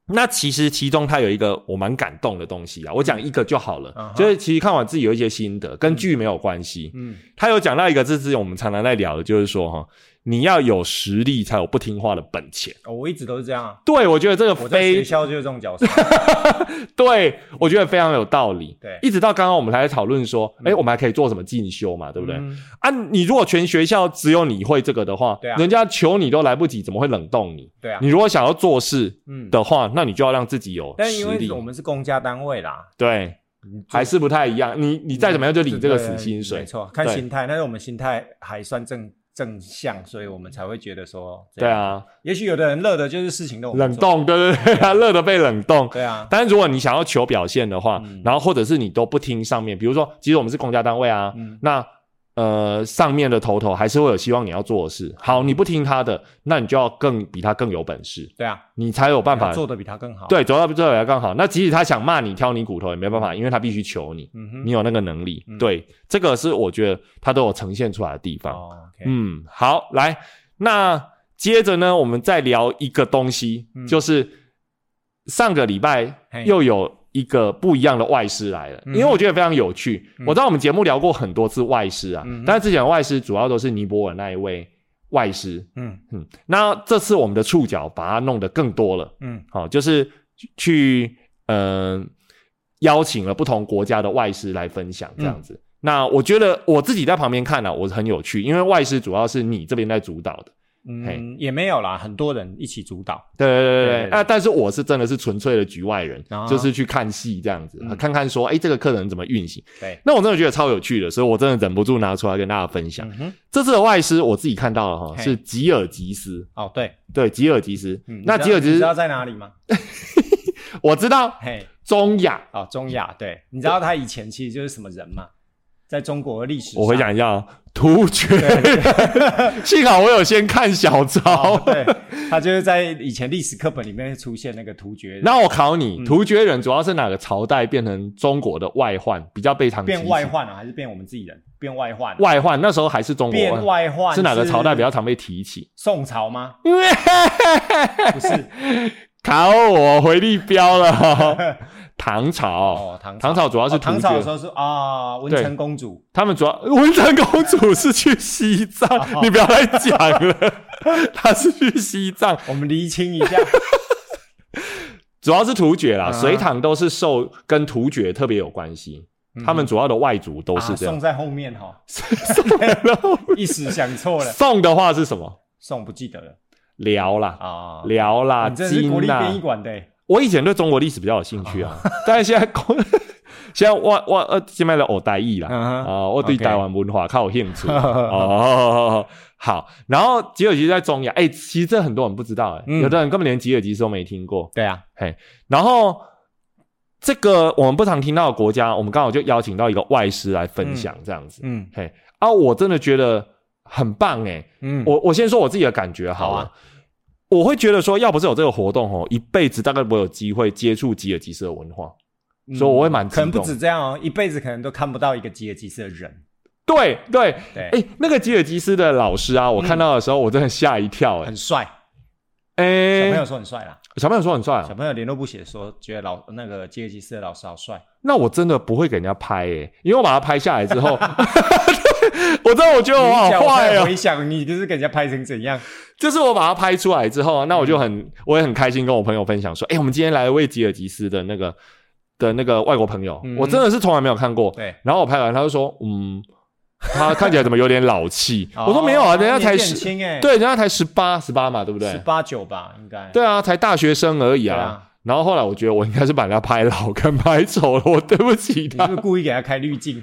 Speaker 1: 那其实其中它有一个我蛮感动的东西啊，我讲一个就好了，
Speaker 2: 嗯哼
Speaker 1: 就是其实看完自己有一些心得，跟剧没有关系。
Speaker 2: 嗯
Speaker 1: 他有讲到一个，这是我们常常在聊的，就是说哈，你要有实力才有不听话的本钱。
Speaker 2: 哦我一直都是这样啊，
Speaker 1: 对，我觉得这个
Speaker 2: 我在学
Speaker 1: 非
Speaker 2: 校就是这种 角色，
Speaker 1: 对，我觉得非常有道理。
Speaker 2: 对
Speaker 1: 一直到刚刚我们还在讨论说，哎、我们还可以做什么进修嘛，对不对？
Speaker 2: 嗯
Speaker 1: 啊，你如果全学校只有你会这个的话，
Speaker 2: 对啊
Speaker 1: 人家求你都来不及，怎么会冷冻你？
Speaker 2: 对啊
Speaker 1: 你，如果想要做事
Speaker 2: 嗯，
Speaker 1: 的话，那你就要让自己有
Speaker 2: 但因
Speaker 1: 实力
Speaker 2: 为。我们是公家单位啦，
Speaker 1: 对，还是不太一样。你你再怎么样就领这个死薪水，
Speaker 2: 没错，看
Speaker 1: 对
Speaker 2: 心态，但是我们心态还算正正向，所以我们才会觉得说，
Speaker 1: 对，啊，
Speaker 2: 也许有的人乐的就是事情都我们
Speaker 1: 冷
Speaker 2: 做，
Speaker 1: 冻，对对对，他乐得被冷冻。
Speaker 2: 对啊，
Speaker 1: 但是如果你想要求表现的话，
Speaker 2: 嗯
Speaker 1: 然后或者是你都不听上面，比如说，其实我们是公家单位啊，
Speaker 2: 嗯
Speaker 1: 那呃上面的头头还是会有希望你要做的事。好，你不听他的，那你就要更比他更有本事，
Speaker 2: 对啊，
Speaker 1: 你才有办法
Speaker 2: 要做的比他更好，，
Speaker 1: 对，走到最后也要更好。那即使他想骂你、挑你骨头也没办法，因为他必须求你，
Speaker 2: 嗯哼，
Speaker 1: 你有那个能力。
Speaker 2: 嗯
Speaker 1: 对，这个是我觉得他都有呈现出来的地方。
Speaker 2: 哦，OK，
Speaker 1: 嗯，好，来，那接着呢，我们再聊一个东西，
Speaker 2: 嗯
Speaker 1: 就是上个礼拜
Speaker 2: 嘿
Speaker 1: 又有一个不一样的外师来了，
Speaker 2: 嗯
Speaker 1: 因为我觉得非常有趣。我知道我们节目聊过很多次外师啊，
Speaker 2: 嗯哼
Speaker 1: 但是之前的外师主要都是尼泊尔那一位外师，
Speaker 2: 嗯
Speaker 1: 嗯，那这次我们的触角把它弄得更多了。
Speaker 2: 嗯
Speaker 1: 好、就是去嗯、呃邀请了不同国家的外师来分享这
Speaker 2: 嗯
Speaker 1: 样子。那我觉得我自己在旁边看呢、啊我是很有趣，因为外师主要是你这边在主导的，嘿
Speaker 2: 嗯，也没有啦，很多人一起主导，
Speaker 1: 对对对对
Speaker 2: 对对
Speaker 1: 对。啊，但是我是真的是纯粹的局外人，
Speaker 2: 啊
Speaker 1: 就是去看戏这样子，
Speaker 2: 嗯
Speaker 1: 看看说，哎，这个课程怎么运行？
Speaker 2: 对，
Speaker 1: 那我真的觉得超有趣的，所以我真的忍不住拿出来跟大家分享。
Speaker 2: 嗯哼，
Speaker 1: 这次的外师我自己看到了哈，
Speaker 2: 嘿
Speaker 1: 是吉尔吉斯，
Speaker 2: 哦对，
Speaker 1: 对，吉尔吉斯。
Speaker 2: 嗯，
Speaker 1: 那
Speaker 2: 你知
Speaker 1: 吉
Speaker 2: 道
Speaker 1: 尔
Speaker 2: 你
Speaker 1: 吉
Speaker 2: 知道
Speaker 1: 斯，
Speaker 2: 在哪里吗？
Speaker 1: 我知道
Speaker 2: 嘿，
Speaker 1: 中亚，
Speaker 2: 哦，中亚，对，你知道他以前其实就是什么人吗？在中国的历史，
Speaker 1: 我回。讲一下啊，突厥人。 幸好我有先看小
Speaker 2: 哦
Speaker 1: 抄，。
Speaker 2: 对，他就是在以前历史课本里面会出现那个突厥人，
Speaker 1: 那我考你，
Speaker 2: 嗯
Speaker 1: 突厥人主要是哪个朝代变成中国的外患，比较被常
Speaker 2: 变
Speaker 1: 提起
Speaker 2: 外患啊，还是变我们自己人？变外患啊、啊
Speaker 1: 外患？那时候还是中国
Speaker 2: 变
Speaker 1: 外
Speaker 2: 外患
Speaker 1: 是哪个朝代比？较常被提起？
Speaker 2: 宋朝吗？
Speaker 1: 因为
Speaker 2: 不是
Speaker 1: 考我回力标了 哦，唐朝。
Speaker 2: 哦，唐
Speaker 1: 唐朝主要是
Speaker 2: 哦
Speaker 1: 突
Speaker 2: 唐朝的时
Speaker 1: 厥，
Speaker 2: 候是啊，文成公主
Speaker 1: 他们主要文成公主是去西藏，
Speaker 2: 哦
Speaker 1: 你不要再讲了， 她是去西藏，
Speaker 2: 我们厘清一下。
Speaker 1: 主要是突厥啦，
Speaker 2: 啊
Speaker 1: 隋唐都是受跟突厥特别有关系， 他们主要的外族都是这
Speaker 2: 嗯啊
Speaker 1: 样
Speaker 2: 宋。在后面 哈，一时想错了，
Speaker 1: 宋的话是什么？
Speaker 2: 宋不记得了
Speaker 1: 辽啦，
Speaker 2: 啊。
Speaker 1: 辽啦，
Speaker 2: 你真的是国
Speaker 1: 金
Speaker 2: 立
Speaker 1: 啦
Speaker 2: 殡仪。馆的欸，
Speaker 1: 我以前对中国历史比较有兴趣啊， 但是现在公现在我我呃，现在的我台语啦，
Speaker 2: 嗯哼
Speaker 1: 啊，我对
Speaker 2: OK
Speaker 1: 台湾文化较有兴 趣。 哦，好，然后吉尔吉斯在中亚，哎，其实这很多人不知道，哎，
Speaker 2: 嗯
Speaker 1: 有的人根本连吉尔吉斯都没听过。
Speaker 2: 对啊，
Speaker 1: 然后这个我们不常听到的国家，我们刚好就邀请到一个外师来分享这样子。
Speaker 2: 嗯
Speaker 1: 嘿，啊，我真的觉得很棒哎、
Speaker 2: 嗯，
Speaker 1: 我我先说我自己的感觉好了。
Speaker 2: 好啊
Speaker 1: 我会觉得说，要不是有这个活动哦，一辈子大概不会有机会接触吉尔吉斯的文化，
Speaker 2: 嗯
Speaker 1: 所以我会蛮激
Speaker 2: 可
Speaker 1: 动
Speaker 2: 能不止这样哦，一辈子可能都看不到一个吉尔吉斯的人，
Speaker 1: 对对，
Speaker 2: 对，
Speaker 1: 哎，那个吉尔吉斯的老师
Speaker 2: 嗯
Speaker 1: 啊，我看到的时候我真的吓一跳哎
Speaker 2: 很帅，小朋
Speaker 1: 哎
Speaker 2: 友，说很帅啦，
Speaker 1: 小朋友说很帅
Speaker 2: 小
Speaker 1: 啊，
Speaker 2: 朋友联络部写说觉得老那个吉尔吉斯的老师好帅，
Speaker 1: 那我真的不会给人家拍哎，因为我把它拍下来之后， 我真的我觉得我好
Speaker 2: 你讲我
Speaker 1: 坏
Speaker 2: 才
Speaker 1: 哦，
Speaker 2: 回想你就是给人家拍成怎样？
Speaker 1: 就是我把它拍出来之后啊，那
Speaker 2: 嗯
Speaker 1: 我就很、我也很开心，跟我朋友分享说，哎、我们今天来为吉尔吉斯的那个的那个外国朋友，
Speaker 2: 嗯
Speaker 1: 我真的是从来没有看过。
Speaker 2: 对，
Speaker 1: 然后我拍完，他就说，嗯，他看起来怎么有点老气？ 我说
Speaker 2: 哦
Speaker 1: 没有啊，人家
Speaker 2: 年纪
Speaker 1: 才
Speaker 2: 很
Speaker 1: 十，
Speaker 2: 轻哎，
Speaker 1: 对，人家才十八十八嘛，对不
Speaker 2: 十
Speaker 1: 对？
Speaker 2: 八九吧，应该。
Speaker 1: 对啊，才大学生而已
Speaker 2: 对
Speaker 1: 啊。
Speaker 2: 啊，
Speaker 1: 然后后来我觉得我应该是把人家拍老跟拍丑了，我对不起
Speaker 2: 你是
Speaker 1: 他
Speaker 2: 不。是故意给他开滤镜？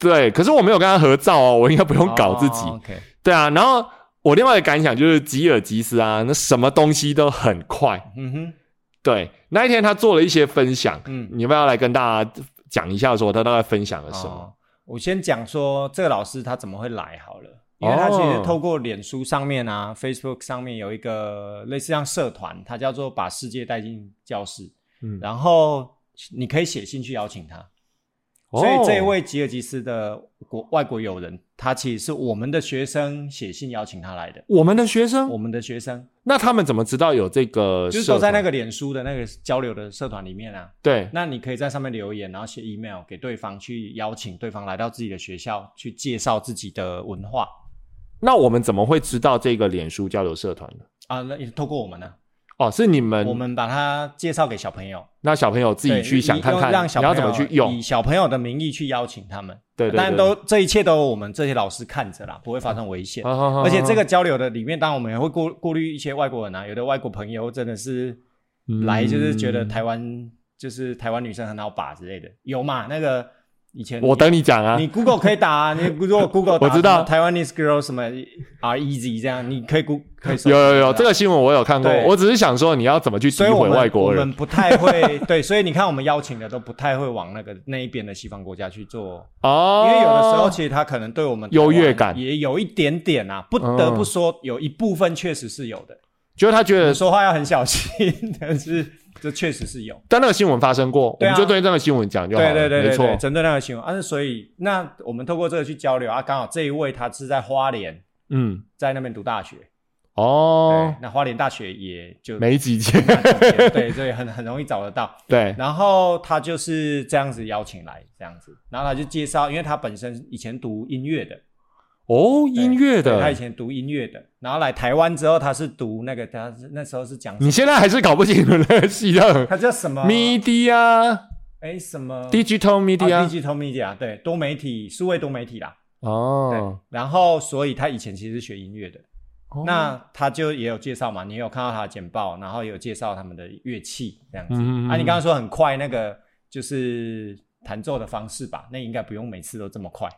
Speaker 1: 对，可是我没有跟他合照哦，我应该 不用搞自己。
Speaker 2: 哦 OK，
Speaker 1: 对啊，然后我另外的感想就是吉尔吉斯啊，那什么东西都很快。
Speaker 2: 嗯哼，
Speaker 1: 对，那一天他做了一些分享，
Speaker 2: 嗯
Speaker 1: 你要不要来跟大家讲一下，说他大概分享了什么？
Speaker 2: 哦？我先讲说这个老师他怎么会来好了，因为他其实
Speaker 1: 哦
Speaker 2: 透过脸书上面啊、Facebook 上面有一个类似像社团，它叫做“把世界带进教室”，
Speaker 1: 嗯
Speaker 2: 然后你可以写信去邀请他。
Speaker 1: 哦
Speaker 2: 所以这位吉尔吉斯的国外国友人，他其实是我们的学生写信邀请他来的。
Speaker 1: 我们的学生
Speaker 2: 我，们的学生
Speaker 1: 那他们怎么知道有这个
Speaker 2: 就是
Speaker 1: 社
Speaker 2: 都
Speaker 1: 团？
Speaker 2: 在那个脸书的那个交流的社团里面啊，
Speaker 1: 对，
Speaker 2: 那你可以在上面留言，然后写 email 给对方，去邀请对方来到自己的学校，去介绍自己的文化
Speaker 1: 那我们怎么会知道这个脸书交流社团呢？
Speaker 2: 啊。那也透过我们呢、
Speaker 1: 哦，是你们，
Speaker 2: 我们把它介绍给小朋友，
Speaker 1: 那小朋友自己
Speaker 2: 对
Speaker 1: 去想
Speaker 2: 以
Speaker 1: 看看，
Speaker 2: 用让小
Speaker 1: 你
Speaker 2: 朋
Speaker 1: 要
Speaker 2: 友
Speaker 1: 怎么去
Speaker 2: 以
Speaker 1: 用？
Speaker 2: 小朋友的名义去邀请他们。
Speaker 1: 对对对
Speaker 2: 当然都这一切都有我们这些老师看着啦，不会发生危险。而
Speaker 1: 而
Speaker 2: 且这个交流的里面，当然我们也会过过滤一些外国人啊，有的外国朋友真的是
Speaker 1: 嗯
Speaker 2: 来就是觉得台湾就是台湾女生很好把之类的，有嘛？那个以前
Speaker 1: 我等你讲啊
Speaker 2: 你 Google 可以打、 啊，你如果 Google 打
Speaker 1: 我知道
Speaker 2: 什么台湾 Nice Girl 什么 R Easy 这样，你可以 Google 可以搜
Speaker 1: 有有有，
Speaker 2: 知道
Speaker 1: 这个新闻我有看过，
Speaker 2: 对
Speaker 1: 我只是想说你要怎么去
Speaker 2: 所以
Speaker 1: 诋
Speaker 2: 我
Speaker 1: 毁
Speaker 2: 们
Speaker 1: 外国
Speaker 2: 我
Speaker 1: 人
Speaker 2: 们。不太 会对，所以你看我们邀请的都不太会往那个那一边的西方国家去做，因
Speaker 1: 哦，
Speaker 2: 为有的时候其实他可能对我们
Speaker 1: 优越
Speaker 2: 台湾
Speaker 1: 感
Speaker 2: 也有一点点啊，不得不说有一部分确实是有的，
Speaker 1: 就是他觉得，
Speaker 2: 说话要很小心，但是这确实是有。
Speaker 1: 但那个新闻发生过，我
Speaker 2: 对啊
Speaker 1: 们就对那个新闻讲就好了，
Speaker 2: 对对对
Speaker 1: 啊没
Speaker 2: 对对，
Speaker 1: 错，
Speaker 2: 针对那个新闻，但、是所以那我们透过这个去交流啊，刚好这一位他是在花莲，
Speaker 1: 嗯，
Speaker 2: 在那边读大学，
Speaker 1: 哦
Speaker 2: 对，，那花莲大学也就
Speaker 1: 没几 件，
Speaker 2: 对，所以很很容易找得到。
Speaker 1: 对，
Speaker 2: 然后他就是这样子邀请来，这样子，然后他就介绍，因为他本身以前读音乐的，
Speaker 1: 哦，音乐
Speaker 2: 对他
Speaker 1: 的，
Speaker 2: 以前读音乐的，然后来台湾之后，他是读那个，他是那时候是讲什么，
Speaker 1: 你现在还是搞不清楚那个系的
Speaker 2: 他叫什么
Speaker 1: media
Speaker 2: 哎什么
Speaker 1: digital
Speaker 2: 啊
Speaker 1: media
Speaker 2: digital media，对，多媒体，数位多媒体啦。对
Speaker 1: 哦，，
Speaker 2: 然后所以他以前其实是学音乐的，
Speaker 1: 哦
Speaker 2: 那他就也有介绍嘛，你有看到他的简报，然后也有介绍他们的乐器这样子。
Speaker 1: 嗯嗯嗯
Speaker 2: 啊，你刚刚说很快那个就是弹奏的方式吧，那应该不用每次都这么快。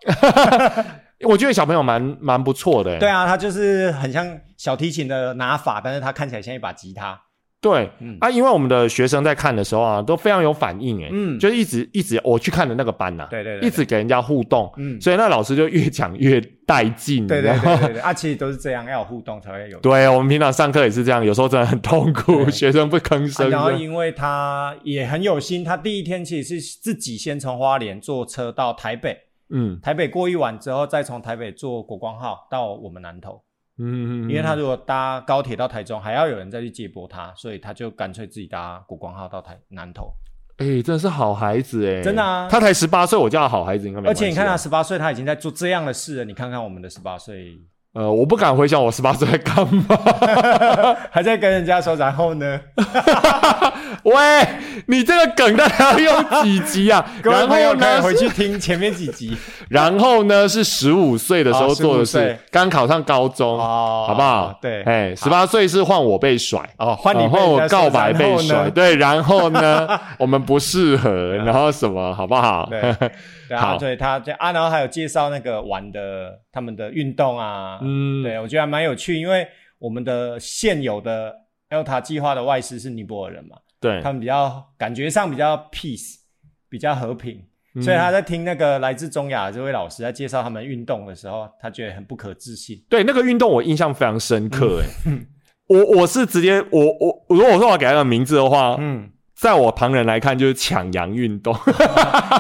Speaker 1: 我觉得小朋友蛮蛮不错的，欸
Speaker 2: 对啊，它就是很像小提琴的拿法，但是它看起来像一把吉他。
Speaker 1: 对，
Speaker 2: 嗯
Speaker 1: 啊，因为我们的学生在看的时候啊，都非常有反应，哎，
Speaker 2: 嗯
Speaker 1: 就是一直一直我去看的那个班呐，
Speaker 2: 对对对对
Speaker 1: 一直给人家互动，
Speaker 2: 嗯，
Speaker 1: 所以那老师就越讲越带劲，
Speaker 2: 对对
Speaker 1: 你知道
Speaker 2: 对
Speaker 1: 吗
Speaker 2: 对对，啊，其实都是这样，要有互动才会有。
Speaker 1: 对，我们平常上课也是这样，有时候真的很痛苦，
Speaker 2: 对
Speaker 1: 学生不吭
Speaker 2: 啊、
Speaker 1: 声。
Speaker 2: 然后
Speaker 1: 真的
Speaker 2: 因为他也很有心，他第一天其实是自己先从花莲坐车到台北，
Speaker 1: 嗯
Speaker 2: 台北过一晚之后，再从台北坐国光号到我们南投。
Speaker 1: 嗯，嗯
Speaker 2: 因为他如果搭高铁到台中，还要有人再去接驳他，所以他就干脆自己搭国光号到台南投。
Speaker 1: 哎、真的是好孩子哎、
Speaker 2: 真的啊
Speaker 1: 他才十八岁，我叫他好孩子，应该没
Speaker 2: 而且你看他
Speaker 1: 关系啊
Speaker 2: 十八岁，他已经在做这样的事了。你看看我们的十八岁，
Speaker 1: 啊，呃，我不敢回想我十八岁在干嘛。
Speaker 2: 还在跟人家说，然后呢？
Speaker 1: 喂，你这个梗大概要用几集啊？
Speaker 2: 各位
Speaker 1: 然
Speaker 2: 朋友
Speaker 1: 后
Speaker 2: 可以
Speaker 1: 呢
Speaker 2: 回
Speaker 1: 是，
Speaker 2: 去听前面几集
Speaker 1: 然后呢是十五岁的时候
Speaker 2: 哦
Speaker 1: 做的
Speaker 2: 15
Speaker 1: 事
Speaker 2: 岁，
Speaker 1: 刚、考上高中，
Speaker 2: 哦
Speaker 1: 好不好？
Speaker 2: 对，
Speaker 1: 哎、1十八岁是换我被甩。
Speaker 2: 哦，换你
Speaker 1: 然
Speaker 2: 被
Speaker 1: 后
Speaker 2: 人家
Speaker 1: 告
Speaker 2: 说
Speaker 1: 白被甩，，对，然后呢， 我们不适合，然后什么，好不好？
Speaker 2: 然 后呢对，然
Speaker 1: 好
Speaker 2: 后对他就啊，然后还有介绍那个玩的他们的运动啊，
Speaker 1: 嗯，
Speaker 2: 对我觉得还蛮有趣，因为我们的现有的 ELTA 计划的外师是尼泊尔人嘛，
Speaker 1: 对，
Speaker 2: 他们比较感觉上比较 peace，比较和平。
Speaker 1: 嗯
Speaker 2: 所以他在听那个来自中亚的这位老师在介绍他们运动的时候，他觉得很不可置信。
Speaker 1: 对那个运动我印象非常深刻、欸，
Speaker 2: 嗯
Speaker 1: 我我是直接我我如果说我给他个名字的话，
Speaker 2: 嗯，
Speaker 1: 在我旁人来看就是抢羊运动。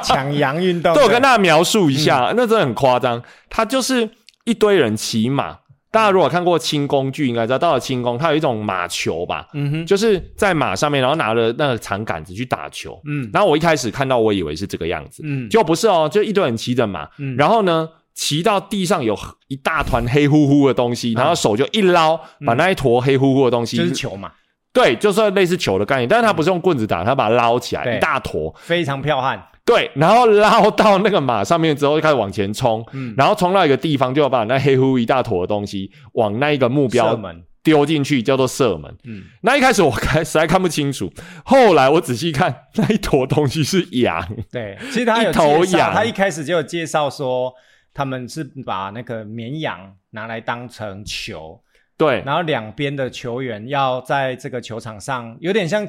Speaker 2: 抢羊运 动。
Speaker 1: 对，我跟大家描述一下，
Speaker 2: 嗯
Speaker 1: 那真的很夸张。它就是一堆人骑马，大家如果看过轻工具，应该知道到了轻功，它有一种马球吧，
Speaker 2: 嗯哼，
Speaker 1: 就是在马上面，然后拿着那个长杆子去打球。
Speaker 2: 嗯
Speaker 1: 然后我一开始看到，我以为是这个样子，
Speaker 2: 嗯，
Speaker 1: 就不是哦，就一堆人骑着马，
Speaker 2: 嗯
Speaker 1: 然后呢，骑到地上有一大团黑乎乎的东西，然后手就一捞，把那一坨黑乎乎的东西，
Speaker 2: 嗯就是球嘛，
Speaker 1: 对，就是类似球的概念，但是他不是用棍子打，他把它捞起来
Speaker 2: 对
Speaker 1: 一大坨，
Speaker 2: 非常彪悍。
Speaker 1: 对，然后捞到那个马上面之后就开始往前冲，
Speaker 2: 嗯，
Speaker 1: 然后冲到一个地方就要把那黑乎乎一大坨的东西往那一个目
Speaker 2: 射
Speaker 1: 标
Speaker 2: 门，
Speaker 1: 丢进去，叫做射门。
Speaker 2: 嗯，
Speaker 1: 那一开始我看实在看不清楚，后来我仔细看那一坨东西是羊，
Speaker 2: 对。其实他有
Speaker 1: 一头
Speaker 2: 介绍
Speaker 1: 羊
Speaker 2: 他一开始就有介绍说，他们是把那个绵羊拿来当成球，
Speaker 1: 对，
Speaker 2: 然后两边的球员要在这个球场上，有点像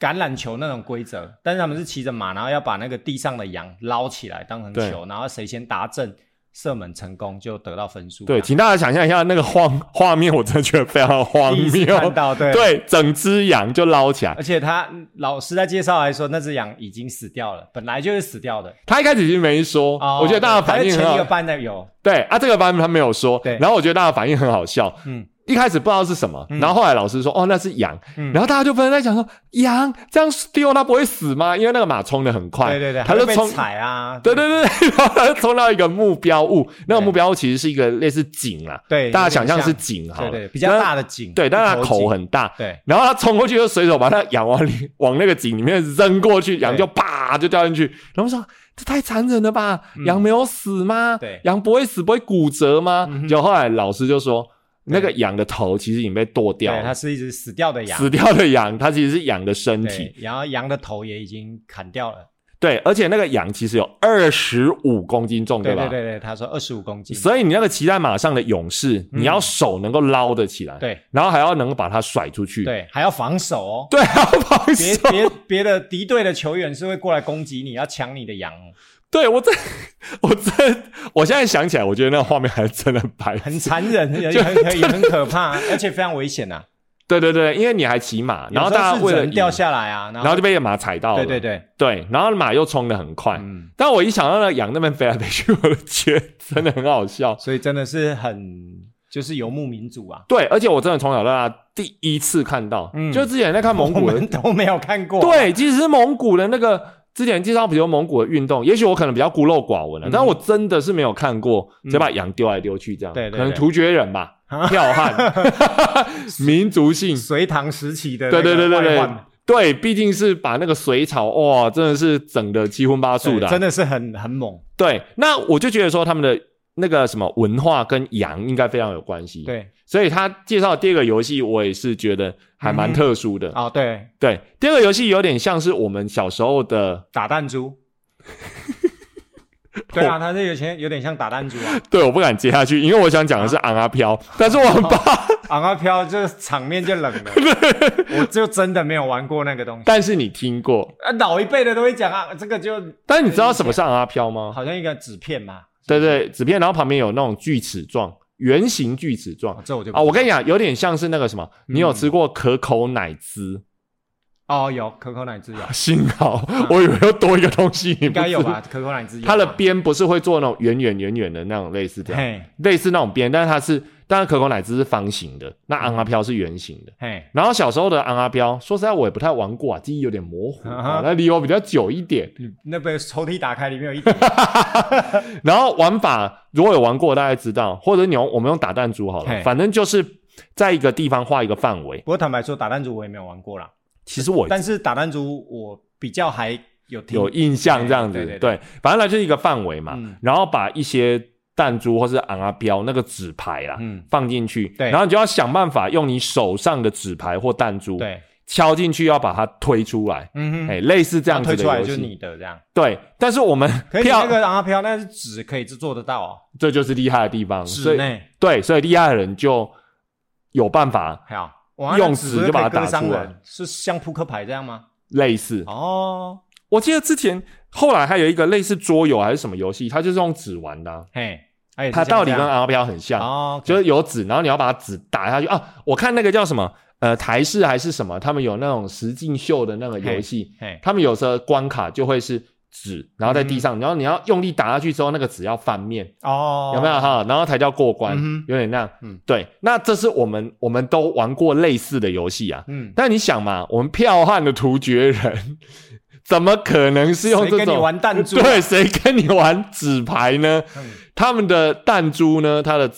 Speaker 2: 橄榄球那种规则，但是他们是骑着马，然后要把那个地上的羊捞起来当成
Speaker 1: 对
Speaker 2: 球，然后谁先达阵，射门成功就得到分数嘛。
Speaker 1: 对，请大家想象一下那个画画面，我真的觉得非常荒
Speaker 2: 第一次看
Speaker 1: 谬。
Speaker 2: 到对，
Speaker 1: 对，整只羊就捞起来
Speaker 2: 而，且他老师在介绍来说，那只羊已经死掉了，本来就是死掉的。
Speaker 1: 他一开始已经没说，
Speaker 2: 哦
Speaker 1: 我觉得大家反应
Speaker 2: 还是
Speaker 1: 很
Speaker 2: 前一个
Speaker 1: 好。
Speaker 2: 班的有，
Speaker 1: 对啊，这个班他没有说，
Speaker 2: 对
Speaker 1: 然后我觉得大家反应很好笑。
Speaker 2: 嗯
Speaker 1: 一开始不知道是什么，然后后来老师说：“哦，那是羊。
Speaker 2: 嗯
Speaker 1: 然后大家就纷纷在想说：“羊这样丢它不会死吗？”因为那个马冲的很快，
Speaker 2: 对对对，
Speaker 1: 它
Speaker 2: 还
Speaker 1: 就
Speaker 2: 会被
Speaker 1: 哎冲，
Speaker 2: 踩啊，
Speaker 1: 对对对，对 然后它就冲到一个目标物，那个
Speaker 2: 对
Speaker 1: 目标物其实是一个类似井啦，
Speaker 2: 对，
Speaker 1: 大家
Speaker 2: 有点
Speaker 1: 想象
Speaker 2: 像
Speaker 1: 是井好
Speaker 2: 对
Speaker 1: 了，
Speaker 2: 对比较
Speaker 1: 但它
Speaker 2: 大的井，
Speaker 1: 对，但是它
Speaker 2: 一
Speaker 1: 口
Speaker 2: 井
Speaker 1: 很大，
Speaker 2: 对
Speaker 1: 然后他冲过去就随手把那羊往里往那个井里面扔过去，羊就啪就掉进去。然后我说这太残忍了吧？
Speaker 2: 嗯
Speaker 1: 羊没有死吗？
Speaker 2: 对
Speaker 1: 羊不会死，不会骨折吗？
Speaker 2: 嗯哼
Speaker 1: 就后来老师就说，那
Speaker 2: 对
Speaker 1: 个羊的头其实已经被剁掉
Speaker 2: 对，它
Speaker 1: 了，
Speaker 2: 是一只死掉的羊，
Speaker 1: 死掉的羊它其实是羊的身体
Speaker 2: 对，，然后羊的头也已经砍掉了，
Speaker 1: 对，而且那个羊其实有二十五公斤重，
Speaker 2: 对
Speaker 1: 吧？
Speaker 2: 对对，他说二十五公斤，
Speaker 1: 所以你那个骑在马上的勇士，你要手能够捞得起来，，
Speaker 2: 对
Speaker 1: 然后还要能够把它甩出去，
Speaker 2: 对，还要防守 哦，
Speaker 1: 对，还要防
Speaker 2: 别
Speaker 1: 守。
Speaker 2: 别别的敌对的球员是会过来攻击你，要抢你的 羊哦，
Speaker 1: 对我真，我真，我现在想起来，我觉得那个画面还真的很白痴。
Speaker 2: 很残忍，也也很可也很可怕，啊而且非常危险呐。
Speaker 1: 对对对，因为你还骑马， 然后
Speaker 2: 有时候
Speaker 1: 大家
Speaker 2: 是
Speaker 1: 为了
Speaker 2: 人
Speaker 1: 赢
Speaker 2: 掉，下来啊，然
Speaker 1: 然后就被马踩到了。哎
Speaker 2: 对对对，
Speaker 1: 对然后马又冲得很快。
Speaker 2: 嗯，
Speaker 1: 但我一想到那个羊那边飞来飞去， 我就觉得真的很好笑。
Speaker 2: 所以真的是很就是游牧民族啊，
Speaker 1: 对，而且我真的从小到大第一次看到，
Speaker 2: 嗯
Speaker 1: 就之前在看蒙
Speaker 2: 我
Speaker 1: 古的
Speaker 2: 们，都没有看过，啊
Speaker 1: 对，即使是蒙古的那个之前介绍，比如蒙古的运动，也许我可能比较孤陋寡闻了、啊
Speaker 2: 嗯
Speaker 1: 但我真的是没有看过，直接把羊丢来丢去这样，
Speaker 2: 对对对
Speaker 1: 可能突厥人 吧，彪悍，民族性，
Speaker 2: 隋唐时期的
Speaker 1: 对对对对
Speaker 2: 那个外
Speaker 1: 对
Speaker 2: 患。
Speaker 1: 对，毕竟是把那个隋朝哇、真的是整的七荤八素的啊、
Speaker 2: 真的是很很猛，
Speaker 1: 对，那我就觉得说他们的那个什么文化跟羊应该非常有关系。，
Speaker 2: 对
Speaker 1: 所以他介绍的第二个游戏，我也是觉得还蛮
Speaker 2: 嗯
Speaker 1: 特殊的。
Speaker 2: 哦，对，
Speaker 1: 对，第二个游戏有点像是我们小时候的，
Speaker 2: 打弹珠。 对
Speaker 1: 哦
Speaker 2: 啊，他这有钱有点像打弹珠啊，
Speaker 1: 对，我不敢接下去，因为我想讲的是昂阿啊飘，但是我很怕。
Speaker 2: 昂啊飘这场面就冷 了。我就真的没有玩过那个东西
Speaker 1: 但是你听过，
Speaker 2: 啊，老一辈的都会讲啊，这个就
Speaker 1: 但是你知道什么是昂阿啊飘吗？
Speaker 2: 好像一个纸片嘛。
Speaker 1: 对对，纸片，然后旁边有那种锯齿状、圆形锯齿状
Speaker 2: 哦，这我就
Speaker 1: 啊。我跟
Speaker 2: 你
Speaker 1: 你讲，有点像是那个什么，
Speaker 2: 嗯
Speaker 1: 你有吃过可口奶汁？
Speaker 2: 哦，有可口奶 汁有，
Speaker 1: 幸好我以为又多一个东西，你
Speaker 2: 应
Speaker 1: 不
Speaker 2: 该有
Speaker 1: 知
Speaker 2: 吧？？可口奶汁有吧
Speaker 1: 它的边不是会做那种圆圆圆圆的那种类似这样，
Speaker 2: 嘿
Speaker 1: 类似那种边，但是它是，当然可口奶汁是方形的，那昂阿啊飘是圆形的。
Speaker 2: 嘿，
Speaker 1: 然后小时候的昂阿飘，说实在我也不太玩过啊，记忆有点模糊，
Speaker 2: 啊哈嗯
Speaker 1: 啊那离我比较久一点。
Speaker 2: 那被抽屉打开，里面有一点
Speaker 1: 然后玩法如果有玩过，大家知道，或者你用我们用打弹珠好了，
Speaker 2: 嘿
Speaker 1: 反正就是在一个地方画一个范围。
Speaker 2: 不过坦白说，打弹珠我也没有玩过啦。
Speaker 1: 其实我
Speaker 2: 但是打弹珠我比较还有听
Speaker 1: 有印象这样子，
Speaker 2: 对对对
Speaker 1: 对，反正它就是一个范围嘛，
Speaker 2: 嗯
Speaker 1: 然后把一些弹珠或是昂啊标那个纸牌啦。
Speaker 2: 嗯，
Speaker 1: 放进去，
Speaker 2: 对
Speaker 1: 然后你就要想办法用你手上的纸牌或弹珠
Speaker 2: 对，
Speaker 1: 敲进去，要把它推出来，
Speaker 2: 嗯哼，
Speaker 1: 哎，类似这样子
Speaker 2: 推
Speaker 1: 的
Speaker 2: 出来
Speaker 1: 游
Speaker 2: 就是
Speaker 1: 戏。
Speaker 2: 你的这样。
Speaker 1: 对，但是我们
Speaker 2: 可以
Speaker 1: 票
Speaker 2: 那个阿飘，那是纸可以制做得到哦，
Speaker 1: 这就是厉害的地方，哦所
Speaker 2: 纸
Speaker 1: 以
Speaker 2: 内
Speaker 1: 对，所以厉害的人就有办法
Speaker 2: 还好。哇
Speaker 1: 用
Speaker 2: 那
Speaker 1: 纸
Speaker 2: 可以
Speaker 1: 就把它
Speaker 2: 割
Speaker 1: 打
Speaker 2: 伤
Speaker 1: 出来
Speaker 2: 人，是像扑克牌这样吗？
Speaker 1: 类似。
Speaker 2: 哦，
Speaker 1: 我记得之前后来还有一个类似桌游还是什么游戏，它就是用纸玩的啊、
Speaker 2: 嘿，哎，也是
Speaker 1: 它
Speaker 2: 像
Speaker 1: 道理
Speaker 2: 这
Speaker 1: 跟
Speaker 2: 样
Speaker 1: 昂标很像，
Speaker 2: 哦，
Speaker 1: 就是有纸，然后你要把纸打下去啊。我看那个叫什么，呃，台式还是什么，他们有那种实境秀的那个游戏，
Speaker 2: 嘿，嗯
Speaker 1: 他们有时候关卡就会是纸，然后在地上，然后你要用力打下去之后，那个纸要翻面，
Speaker 2: 哦，
Speaker 1: 有没有？哈？然后才叫过关，
Speaker 2: 嗯哼
Speaker 1: 有点那样。
Speaker 2: 嗯
Speaker 1: 对，那这是我们我们都玩过类似的游戏啊。
Speaker 2: 嗯，
Speaker 1: 但你想嘛，我们剽悍的突厥人， 怎么可能是用
Speaker 2: 谁
Speaker 1: 这
Speaker 2: 跟你
Speaker 1: 种？
Speaker 2: 玩弹珠？啊
Speaker 1: 对，谁跟你玩纸牌呢？
Speaker 2: 嗯，
Speaker 1: 他们的弹珠呢？它的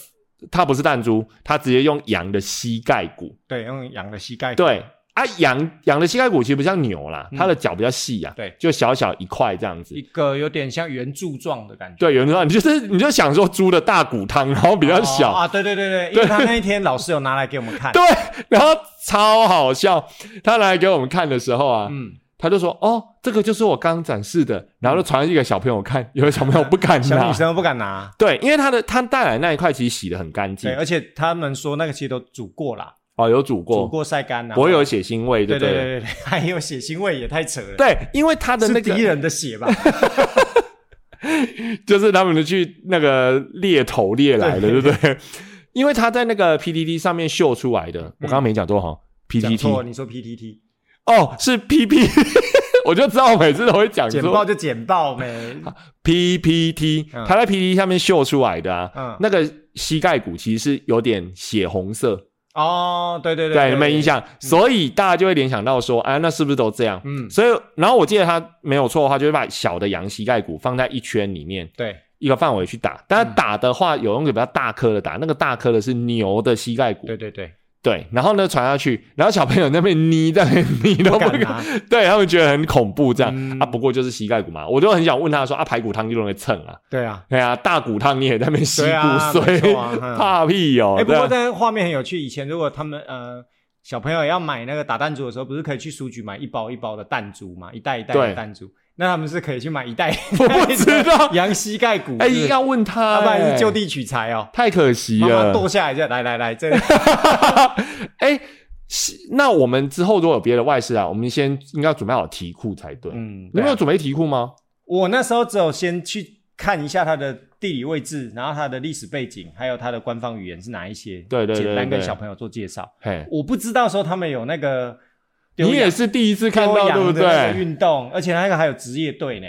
Speaker 1: 它不是弹珠，它直接用羊的膝盖骨。
Speaker 2: 对，用羊的膝盖，
Speaker 1: 对啊，羊羊的膝盖骨其实不像牛啦，
Speaker 2: 嗯
Speaker 1: 它的脚比较细啊，
Speaker 2: 对
Speaker 1: 就小小一块这样子
Speaker 2: 一。个有点像圆柱状的感觉，
Speaker 1: 对，有人说你就是你就想说猪的大骨汤，然后比
Speaker 2: 比
Speaker 1: 较小，
Speaker 2: 啊，对对对对，因为他那一天老师有拿来给我们 看，
Speaker 1: 对，然后超好笑。他来给我们看的时候啊，
Speaker 2: 嗯，
Speaker 1: 他就说：“哦，这个就是我刚展示的。”然后就传给一个小朋友看，有的小朋友不敢
Speaker 2: 嗯 小
Speaker 1: 拿
Speaker 2: 女。生不敢拿，
Speaker 1: 对，因为他的他带来那一块其实洗的很干净
Speaker 2: 对，，而且他们说那个其实都煮过啦，
Speaker 1: 哦，有煮过，
Speaker 2: 煮过晒干啦，
Speaker 1: 不会有血腥味，
Speaker 2: 对
Speaker 1: 对
Speaker 2: 对
Speaker 1: 了
Speaker 2: 对对， 还有血腥味也太扯了。
Speaker 1: 对，因为它的那
Speaker 2: 是
Speaker 1: 个
Speaker 2: 敌人的血吧？
Speaker 1: 就是他们去那个猎头猎来的，对不对？因为他在那个 PTT 上面秀出来的，我刚刚没讲错哈
Speaker 2: 嗯讲错，
Speaker 1: ，PTT
Speaker 2: 你说 PTT
Speaker 1: 哦是 PP，我 就知道我每次都会讲
Speaker 2: 简报
Speaker 1: 错
Speaker 2: 就简报呗，
Speaker 1: PPT，
Speaker 2: 嗯
Speaker 1: 他在 PTT 上面秀出来的啊，
Speaker 2: 嗯，
Speaker 1: 那个膝盖骨其实是有点血红色，
Speaker 2: 哦，对对对
Speaker 1: 对，有没有印？象？所以大家就会联想到说，啊，那是不是都这样？
Speaker 2: 嗯，
Speaker 1: 所以，然后我记得他没有错的话，就会把小的羊膝盖骨放在一圈里面
Speaker 2: 对，
Speaker 1: 一个范围去打。但
Speaker 2: 嗯
Speaker 1: 是打的话，有用比较大颗的打，那个大颗的是牛的膝盖骨，
Speaker 2: 对对对，
Speaker 1: 对然后呢传下去，然后小朋友那边捏在那边捏都不
Speaker 2: 不敢
Speaker 1: 敢，
Speaker 2: 拿，
Speaker 1: 对他们觉得很恐怖这样、
Speaker 2: 嗯
Speaker 1: 啊。不过就是膝盖骨嘛，我就很想问他说啊，排骨汤就用来蹭啊，
Speaker 2: 对啊，
Speaker 1: 对啊，大骨汤你也在那边吸
Speaker 2: 对
Speaker 1: 骨
Speaker 2: 啊没
Speaker 1: 髓，
Speaker 2: 错 啊嗯
Speaker 1: 怕屁哦。
Speaker 2: 哎，不过
Speaker 1: 对啊
Speaker 2: 这画面很有趣。以前如果他们呃小朋友要买那个打弹珠的时候，不是可以去书局买一包一包的弹珠嘛，一袋一袋
Speaker 1: 对
Speaker 2: 的弹珠。那他们是可以去买 一袋，
Speaker 1: 我不知道
Speaker 2: 羊膝盖骨，
Speaker 1: 哎、哎
Speaker 2: 是不是
Speaker 1: 要问他、
Speaker 2: 啊要不然
Speaker 1: 哎
Speaker 2: 是就地取材哦。
Speaker 1: 太可惜
Speaker 2: 妈妈
Speaker 1: 了。
Speaker 2: 剁下来再来来来，这里
Speaker 1: 哎、是那我们之后如果有别的外事啊，我们先应该要准备好题库才对。
Speaker 2: 嗯，
Speaker 1: 你
Speaker 2: 对啊
Speaker 1: 们有准备题库吗？
Speaker 2: 我那时候只有先去看一下它的地理位置，然后它的历史背景，还有它的官方语言是哪一些，
Speaker 1: 对对对
Speaker 2: 简单
Speaker 1: 对
Speaker 2: 跟小朋友做介绍。
Speaker 1: 嘿，
Speaker 2: 我不知道说他们有那个丢
Speaker 1: 你
Speaker 2: 羊，
Speaker 1: 也是第一次看
Speaker 2: 丢
Speaker 1: 到，
Speaker 2: 羊
Speaker 1: 对不
Speaker 2: 的那个
Speaker 1: 对？
Speaker 2: 运动，而且那个还有职业队呢。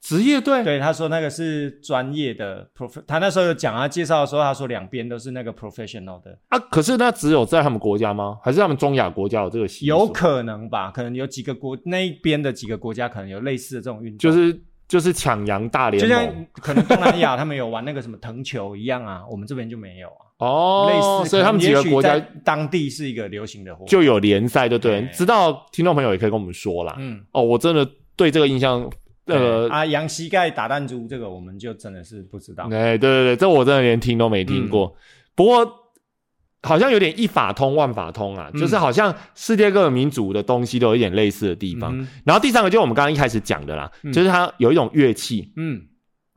Speaker 1: 职业队，
Speaker 2: 对，他说那个是专业的 prof，他那时候有讲他介绍的时候，他说两边都是那个 professional 的，
Speaker 1: 啊，可是那只有在他们国家吗？还是他们中亚国家有这个习俗？
Speaker 2: 有可能吧？可能有几个国那一边的几个国家可能有类似的这种运动，
Speaker 1: 就是就是抢羊大联
Speaker 2: 就
Speaker 1: 盟
Speaker 2: 像可能东南亚他们有玩那个什么藤球一样啊，我们这边就没有啊。
Speaker 1: 哦，
Speaker 2: 类似，
Speaker 1: 所以
Speaker 2: 可能
Speaker 1: 他们几
Speaker 2: 也
Speaker 1: 个
Speaker 2: 许
Speaker 1: 国
Speaker 2: 在
Speaker 1: 家
Speaker 2: 当地是一个流行的活动。
Speaker 1: 就有联赛，对不对？
Speaker 2: 哎
Speaker 1: 知道听众朋友也可以跟我们说啦。
Speaker 2: 嗯，
Speaker 1: 哦，我真的对这个印象，呃
Speaker 2: 对，啊，羊膝盖打弹珠这个我们就真的是不知道。
Speaker 1: 哎，对对对，这我真的连听都没听过。
Speaker 2: 嗯
Speaker 1: 不过好像有点一法通万法通啊，
Speaker 2: 嗯
Speaker 1: 就是好像世界各个民族的东西都有一点类似的地方。
Speaker 2: 嗯
Speaker 1: 然后第三个就是我们刚刚一开始讲的啦，
Speaker 2: 嗯
Speaker 1: 就是它有一种乐器，
Speaker 2: 嗯，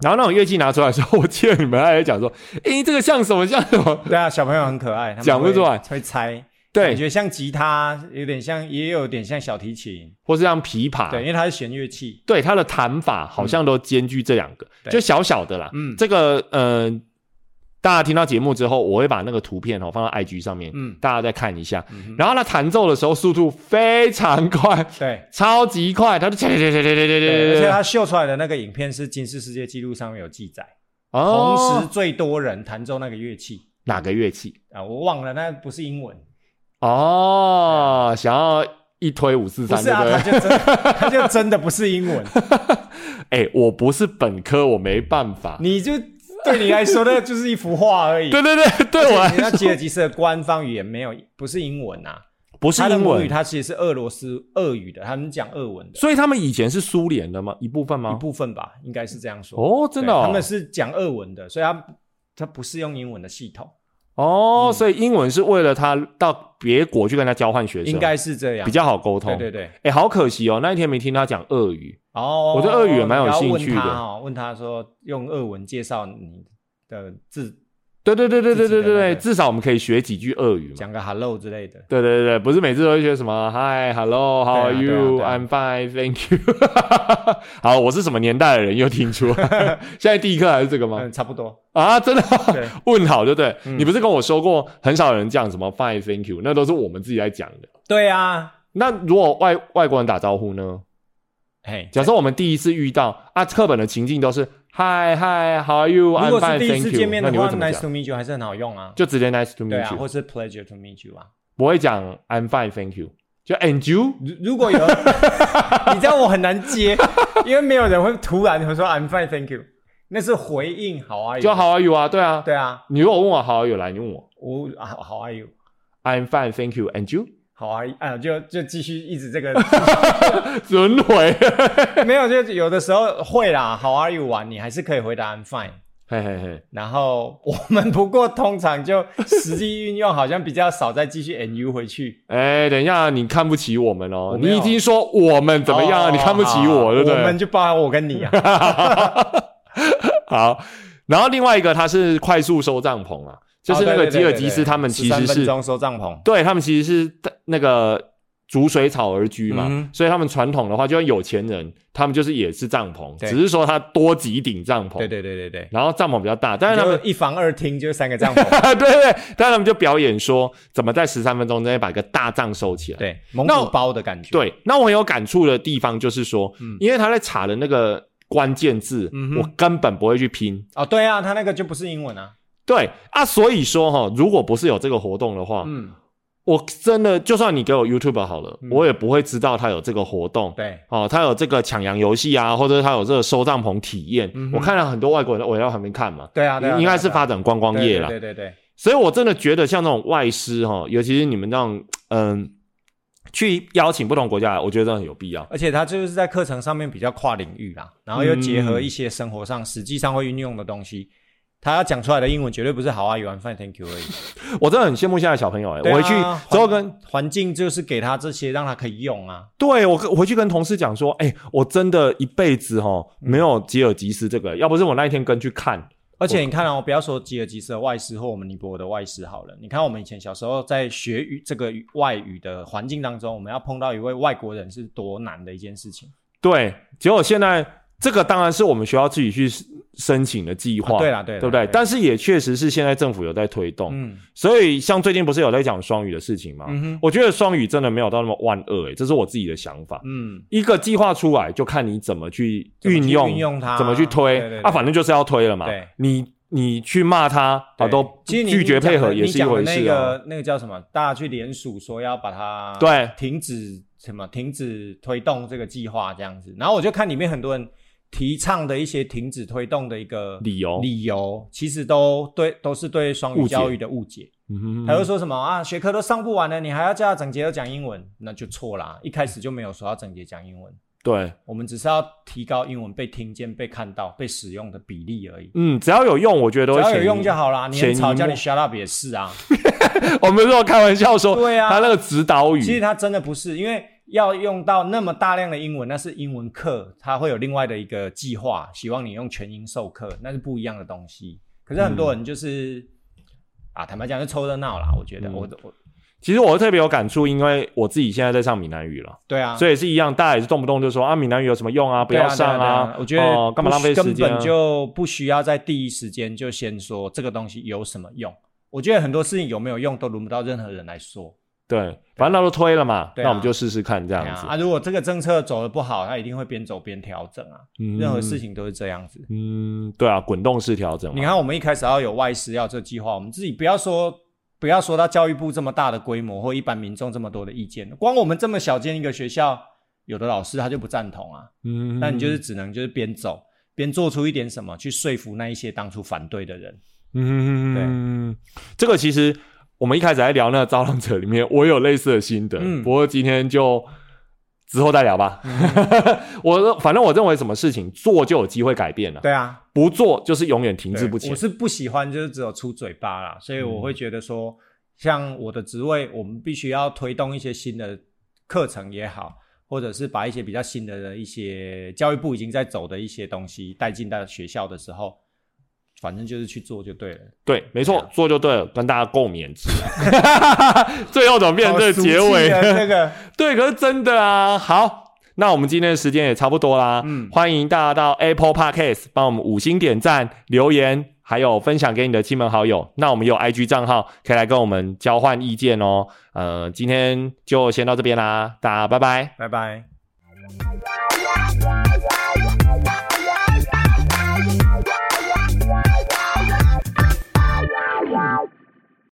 Speaker 1: 然后那种乐器拿出来的时候，我记得你们还在讲说， 诶，这个像什么像什么？
Speaker 2: 对啊，小朋友很可爱，他们
Speaker 1: 讲不
Speaker 2: 会
Speaker 1: 出来
Speaker 2: 会猜。感
Speaker 1: 对，
Speaker 2: 觉像吉他，有点像，也有点像小提琴，
Speaker 1: 或是像琵琶，
Speaker 2: 对，因为它是弦乐器。
Speaker 1: 对，它的弹法好像都兼具这两个，
Speaker 2: 对
Speaker 1: 就小小的啦。
Speaker 2: 嗯
Speaker 1: 这个呃，大家听到节目之后，我会把那个图片哦放到 IG 上面，
Speaker 2: 嗯
Speaker 1: 大家再看一下。
Speaker 2: 嗯哼
Speaker 1: 然后它弹奏的时候速度非常快，
Speaker 2: 对，
Speaker 1: 超级快，它就切切切切切切切
Speaker 2: 对，而
Speaker 1: 切
Speaker 2: 且
Speaker 1: 切，
Speaker 2: 它秀出来的那个影片是吉氏世界纪录上面有记载，同
Speaker 1: 哦
Speaker 2: 时最多人弹奏那个乐器
Speaker 1: 哪个乐器？
Speaker 2: 啊，我忘了，那不是英文，
Speaker 1: 哦，想要一推五四
Speaker 2: 不
Speaker 1: 三，
Speaker 2: 是
Speaker 1: 对不
Speaker 2: 啊，他
Speaker 1: 对？
Speaker 2: 就真 的他就真的不是英文，
Speaker 1: 哎，我不是本科，我没办法。
Speaker 2: 你就对你来说那就是一幅画而 已。
Speaker 1: 对对对，对我
Speaker 2: 而且
Speaker 1: 来
Speaker 2: 你那吉
Speaker 1: 说
Speaker 2: 尔吉斯的官方语言没有，不是英文啊，
Speaker 1: 不是
Speaker 2: 他的
Speaker 1: 英
Speaker 2: 母语
Speaker 1: 文，
Speaker 2: 它其实是俄罗斯俄语的，他们讲俄文的
Speaker 1: 所以他们以前是苏联的吗？一部分
Speaker 2: 一
Speaker 1: 吗？
Speaker 2: 部分吧，应该是这样说。
Speaker 1: 哦，真的
Speaker 2: 对
Speaker 1: 哦，
Speaker 2: 他们是讲俄文的，所以他他不是用英文的系统，
Speaker 1: 哦，
Speaker 2: 嗯
Speaker 1: 所以英文是为了他到别国去跟他交换学生，
Speaker 2: 应该是这
Speaker 1: 哦
Speaker 2: 样，
Speaker 1: 比较好沟通。
Speaker 2: 对对对。
Speaker 1: 哎，好可惜哦，那一天没听他讲俄语。
Speaker 2: 哦，
Speaker 1: 我对俄语也蛮有兴趣的
Speaker 2: 你要问他哦，问他说用俄文介绍你的字，
Speaker 1: 对对对对对对对
Speaker 2: 自己的那
Speaker 1: 对，
Speaker 2: 个
Speaker 1: 至少我们可以学几句俄语嘛。
Speaker 2: 讲个 hello 之类的。
Speaker 1: 对对对，不是每次都会学什么 Hi, Hello, How
Speaker 2: 对
Speaker 1: are
Speaker 2: 啊对啊
Speaker 1: you?
Speaker 2: 对啊
Speaker 1: I'm fine, thank you 。 好，我是什么年代的人又听 出来？现在第一课还是这个吗？
Speaker 2: 嗯，差不多。
Speaker 1: 啊，真的吗
Speaker 2: 对
Speaker 1: 问好对不对？
Speaker 2: 嗯
Speaker 1: 你不是跟我说过很少人讲什么 fine, thank you，那都是我们自己在讲的。
Speaker 2: 对啊，
Speaker 1: 那如果外外国人打招呼呢？
Speaker 2: 嘿，
Speaker 1: 假设我们第一次遇到啊，课本的情境都是 Hi Hi How are you
Speaker 2: 如
Speaker 1: I'm
Speaker 2: 果是
Speaker 1: fine
Speaker 2: 第一
Speaker 1: Thank
Speaker 2: 次
Speaker 1: you，
Speaker 2: 见面
Speaker 1: 那
Speaker 2: 的
Speaker 1: 你会
Speaker 2: 话
Speaker 1: 怎么
Speaker 2: ，nice
Speaker 1: 讲？
Speaker 2: to meet you 还是很好用啊。
Speaker 1: 就直接 Nice to
Speaker 2: 对
Speaker 1: meet
Speaker 2: 啊，
Speaker 1: you，、
Speaker 2: 或是 pleasure to meet you 啊。
Speaker 1: 不会讲 I'm fine Thank you，就 And you
Speaker 2: 如如果有， 你知道我很难接，因为没有人会突然会说 I'm fine, thank you。那是回应 How are you？
Speaker 1: 就 How are you 啊？对啊，
Speaker 2: 对啊，
Speaker 1: 你如果问我 How are you 来，你问我
Speaker 2: 我啊 How are you？
Speaker 1: I'm fine Thank you And you
Speaker 2: 好啊，啊，就就继续一直这个，
Speaker 1: 轮回，
Speaker 2: 没有就有的时候会啦。How are you 玩，啊你还是可以回答 I'm fine。
Speaker 1: 嘿嘿嘿，
Speaker 2: 然后我们不过通常就实际运用好像比较少，再继续 and you 回去。
Speaker 1: 哎，等一下，你看不起我们哦，
Speaker 2: 我没有
Speaker 1: 你已经说我们怎么样啊？
Speaker 2: 哦
Speaker 1: 你看不起
Speaker 2: 好
Speaker 1: 我，对不对？
Speaker 2: 我们就包含我跟你啊。
Speaker 1: 好，然后另外一个它是快速收帐篷
Speaker 2: 哦
Speaker 1: 啊，就是那个吉尔吉斯他们其实
Speaker 2: 13分
Speaker 1: 是
Speaker 2: 钟收帐篷，
Speaker 1: 对他们其实是那个逐水草而居嘛，
Speaker 2: 嗯哼
Speaker 1: 所以他们传统的话，就像有钱人，他们就是也是帐篷，
Speaker 2: 对
Speaker 1: 只是说他多几顶帐篷，
Speaker 2: 对对对对对，
Speaker 1: 然后帐篷比较大，但是他们
Speaker 2: 就一房二厅就三个帐篷，
Speaker 1: 对对对，但他们就表演说怎么在十三分钟之内把一个大帐收起来。
Speaker 2: 对，蒙
Speaker 1: 那
Speaker 2: 古
Speaker 1: 我
Speaker 2: 包的感觉，，
Speaker 1: 对，那我很有感触的地方就是说，因为他在查的那个关键字，
Speaker 2: 嗯哼
Speaker 1: 我根本不会去拼，
Speaker 2: 哦，对啊，他那个就不是英文啊，
Speaker 1: 对啊，所以说哈、如果不是有这个活动的话，
Speaker 2: 嗯，
Speaker 1: 我真的就算你给我 YouTube 好了，
Speaker 2: 嗯
Speaker 1: 我也不会知道它有这个活动。
Speaker 2: 对，啊
Speaker 1: 哦，它有这个抢羊游戏啊，或者它有这个收帐篷体验。
Speaker 2: 嗯哼
Speaker 1: 我看到很多外国人围到旁边看嘛，
Speaker 2: 对啊，对啊，
Speaker 1: 应该
Speaker 2: 对啊
Speaker 1: 是发展观光业啦。
Speaker 2: 对对对对，
Speaker 1: 所以我真的觉得像那种外师哈、尤其是你们那种嗯，去邀请不同国家来，我觉得真的很有必要。
Speaker 2: 而且它就是在课程上面比较跨领域啦，然后又
Speaker 1: 嗯
Speaker 2: 结合一些生活上实际上会运用的东西。他要讲出来的英文绝对不是好啊，you are fine, thank you 而已。
Speaker 1: 我真的很羡慕现在的小朋友哎、
Speaker 2: 对啊
Speaker 1: 我回去
Speaker 2: 环
Speaker 1: 之后跟
Speaker 2: 环境就是给他这些，让他可以用啊。
Speaker 1: 对我跟我回去跟同事讲说，哎、我真的一辈子哈
Speaker 2: 嗯
Speaker 1: 没有吉尔吉斯这个，要不是我那一天跟去看，
Speaker 2: 而且你看哦，不要说吉尔吉斯的外师或我们尼泊尔的外师好了，你看我们以前小时候在学语这个语外语的环境当中，我们要碰到一位外国人是多难的一件事情。
Speaker 1: 对，结果现在这个当然是我们学校自己去申请的计划、
Speaker 2: 啊对啦，对啦，
Speaker 1: 对不对？哦但是也确实是现在政府有在推动，
Speaker 2: 嗯
Speaker 1: 所以像最近不是有在讲双语的事情吗？
Speaker 2: 嗯哼
Speaker 1: 我觉得双语真的没有到那么万恶，哎，这是我自己的想法。
Speaker 2: 嗯，
Speaker 1: 一个计划出来，就看你怎么去运
Speaker 2: 怎么
Speaker 1: 用，
Speaker 2: 去运用它
Speaker 1: 怎么去推
Speaker 2: 对对对
Speaker 1: 啊，反正就是要推了嘛。
Speaker 2: 对
Speaker 1: 你你去骂他，啊，
Speaker 2: 对
Speaker 1: 都
Speaker 2: 其实你
Speaker 1: 拒绝配合也是一回
Speaker 2: 你讲的那
Speaker 1: 事啊。
Speaker 2: 个那个叫什么？大家去联署说要把它
Speaker 1: 对
Speaker 2: 停止什么停止推动这个计划这样子。然后我就看里面很多人提倡的一些停止推动的一个
Speaker 1: 理由
Speaker 2: 理由，其实都对都是对双
Speaker 1: 误
Speaker 2: 语
Speaker 1: 解
Speaker 2: 教育的误解。
Speaker 1: 嗯
Speaker 2: 还有说什么啊，学科都上不完了，你还要叫他整节都讲英文，那就错啦。一开始就没有说要整节讲英文，
Speaker 1: 对，
Speaker 2: 我们只是要提高英文被听见、被看到、被使用的比例而已。
Speaker 1: 嗯，只要有用，我觉得都
Speaker 2: 只
Speaker 1: 会
Speaker 2: 要
Speaker 1: 潜
Speaker 2: 有
Speaker 1: 移
Speaker 2: 用就。好啦，你很
Speaker 1: 潜
Speaker 2: 吵
Speaker 1: 移
Speaker 2: 叫你
Speaker 1: 默
Speaker 2: shut up 也是啊。
Speaker 1: 我们如果开玩笑说，
Speaker 2: 对啊
Speaker 1: 他那个指导
Speaker 2: 其实
Speaker 1: 语，
Speaker 2: 它真的不是，因为要用到那么大量的英文，那是英文课，它会有另外的一个计划，希望你用全英授课，那是不一样的东西。可是很多人就是、啊，坦白讲，就凑热闹啦。我觉得，
Speaker 1: 嗯
Speaker 2: 我我
Speaker 1: 其实我特别有感触，因为我自己现在在上闽南语了，
Speaker 2: 对啊，
Speaker 1: 所以也是一样，大家也是动不动就说啊，闽南语有什么用啊，不
Speaker 2: 对
Speaker 1: 要
Speaker 2: 啊对啊
Speaker 1: 上
Speaker 2: 对啊我觉得
Speaker 1: 哦干嘛
Speaker 2: 不
Speaker 1: 浪费时
Speaker 2: 根
Speaker 1: 间
Speaker 2: 本
Speaker 1: 啊？
Speaker 2: 就不需要在第一时间就先说这个东西有什么用。我觉得很多事情有没有用都轮不到任何人来说。
Speaker 1: 对，反正他都推了嘛，
Speaker 2: 对啊
Speaker 1: 那我们就试试看这
Speaker 2: 对
Speaker 1: 样
Speaker 2: 啊，
Speaker 1: 子
Speaker 2: 啊，。如果这个政策走的不好，它一定会边走边调整啊。
Speaker 1: 嗯
Speaker 2: 任何事，情都是这样子。
Speaker 1: 嗯，对啊，滚动式调整
Speaker 2: 你
Speaker 1: 嘛。
Speaker 2: 看，我们一开始要有外师要这计划，我们自己不要说不要说到教育部这么大的规模，或一般民众这么多的意见，光我们这么小建一个学校，有的老师他就不赞同啊，
Speaker 1: 嗯，
Speaker 2: 那你就是只能就是边走边做出一点什么去说服那一些当初反对的人。
Speaker 1: 嗯，这个其实我们一开始在聊那个《造浪者》里面，我有类似的心得，
Speaker 2: 嗯
Speaker 1: 不过今天就之后再聊吧。
Speaker 2: 嗯
Speaker 1: 我反正我认为什么事情做就有机会改变了，
Speaker 2: 对啊，
Speaker 1: 不做就是永远停滞不
Speaker 2: 我
Speaker 1: 前。
Speaker 2: 是不嗯喜欢就是只有出嘴巴啦，所以我会觉得说，像我的职位，我们必须要推动一些新的课程也好，或者是把一些比较新的一些教育部已经在走的一些东西带进到学校的时候，反正就是去做就对了。
Speaker 1: 对，没错
Speaker 2: 对啊，
Speaker 1: 做就对了，跟大家共勉 之。最后怎么变成这个结尾？
Speaker 2: 啊这个
Speaker 1: 对，可是真的啊。好，那我们今天的时间也差不多啦。
Speaker 2: 嗯
Speaker 1: 欢迎大家到 Apple Podcast 帮我们五星点赞、留言，还有分享给你的亲朋好友。那我们也有 IG 账号，可以来跟我们交换意见哦。呃，今天就先到这边啦，大家拜拜。
Speaker 2: 拜拜。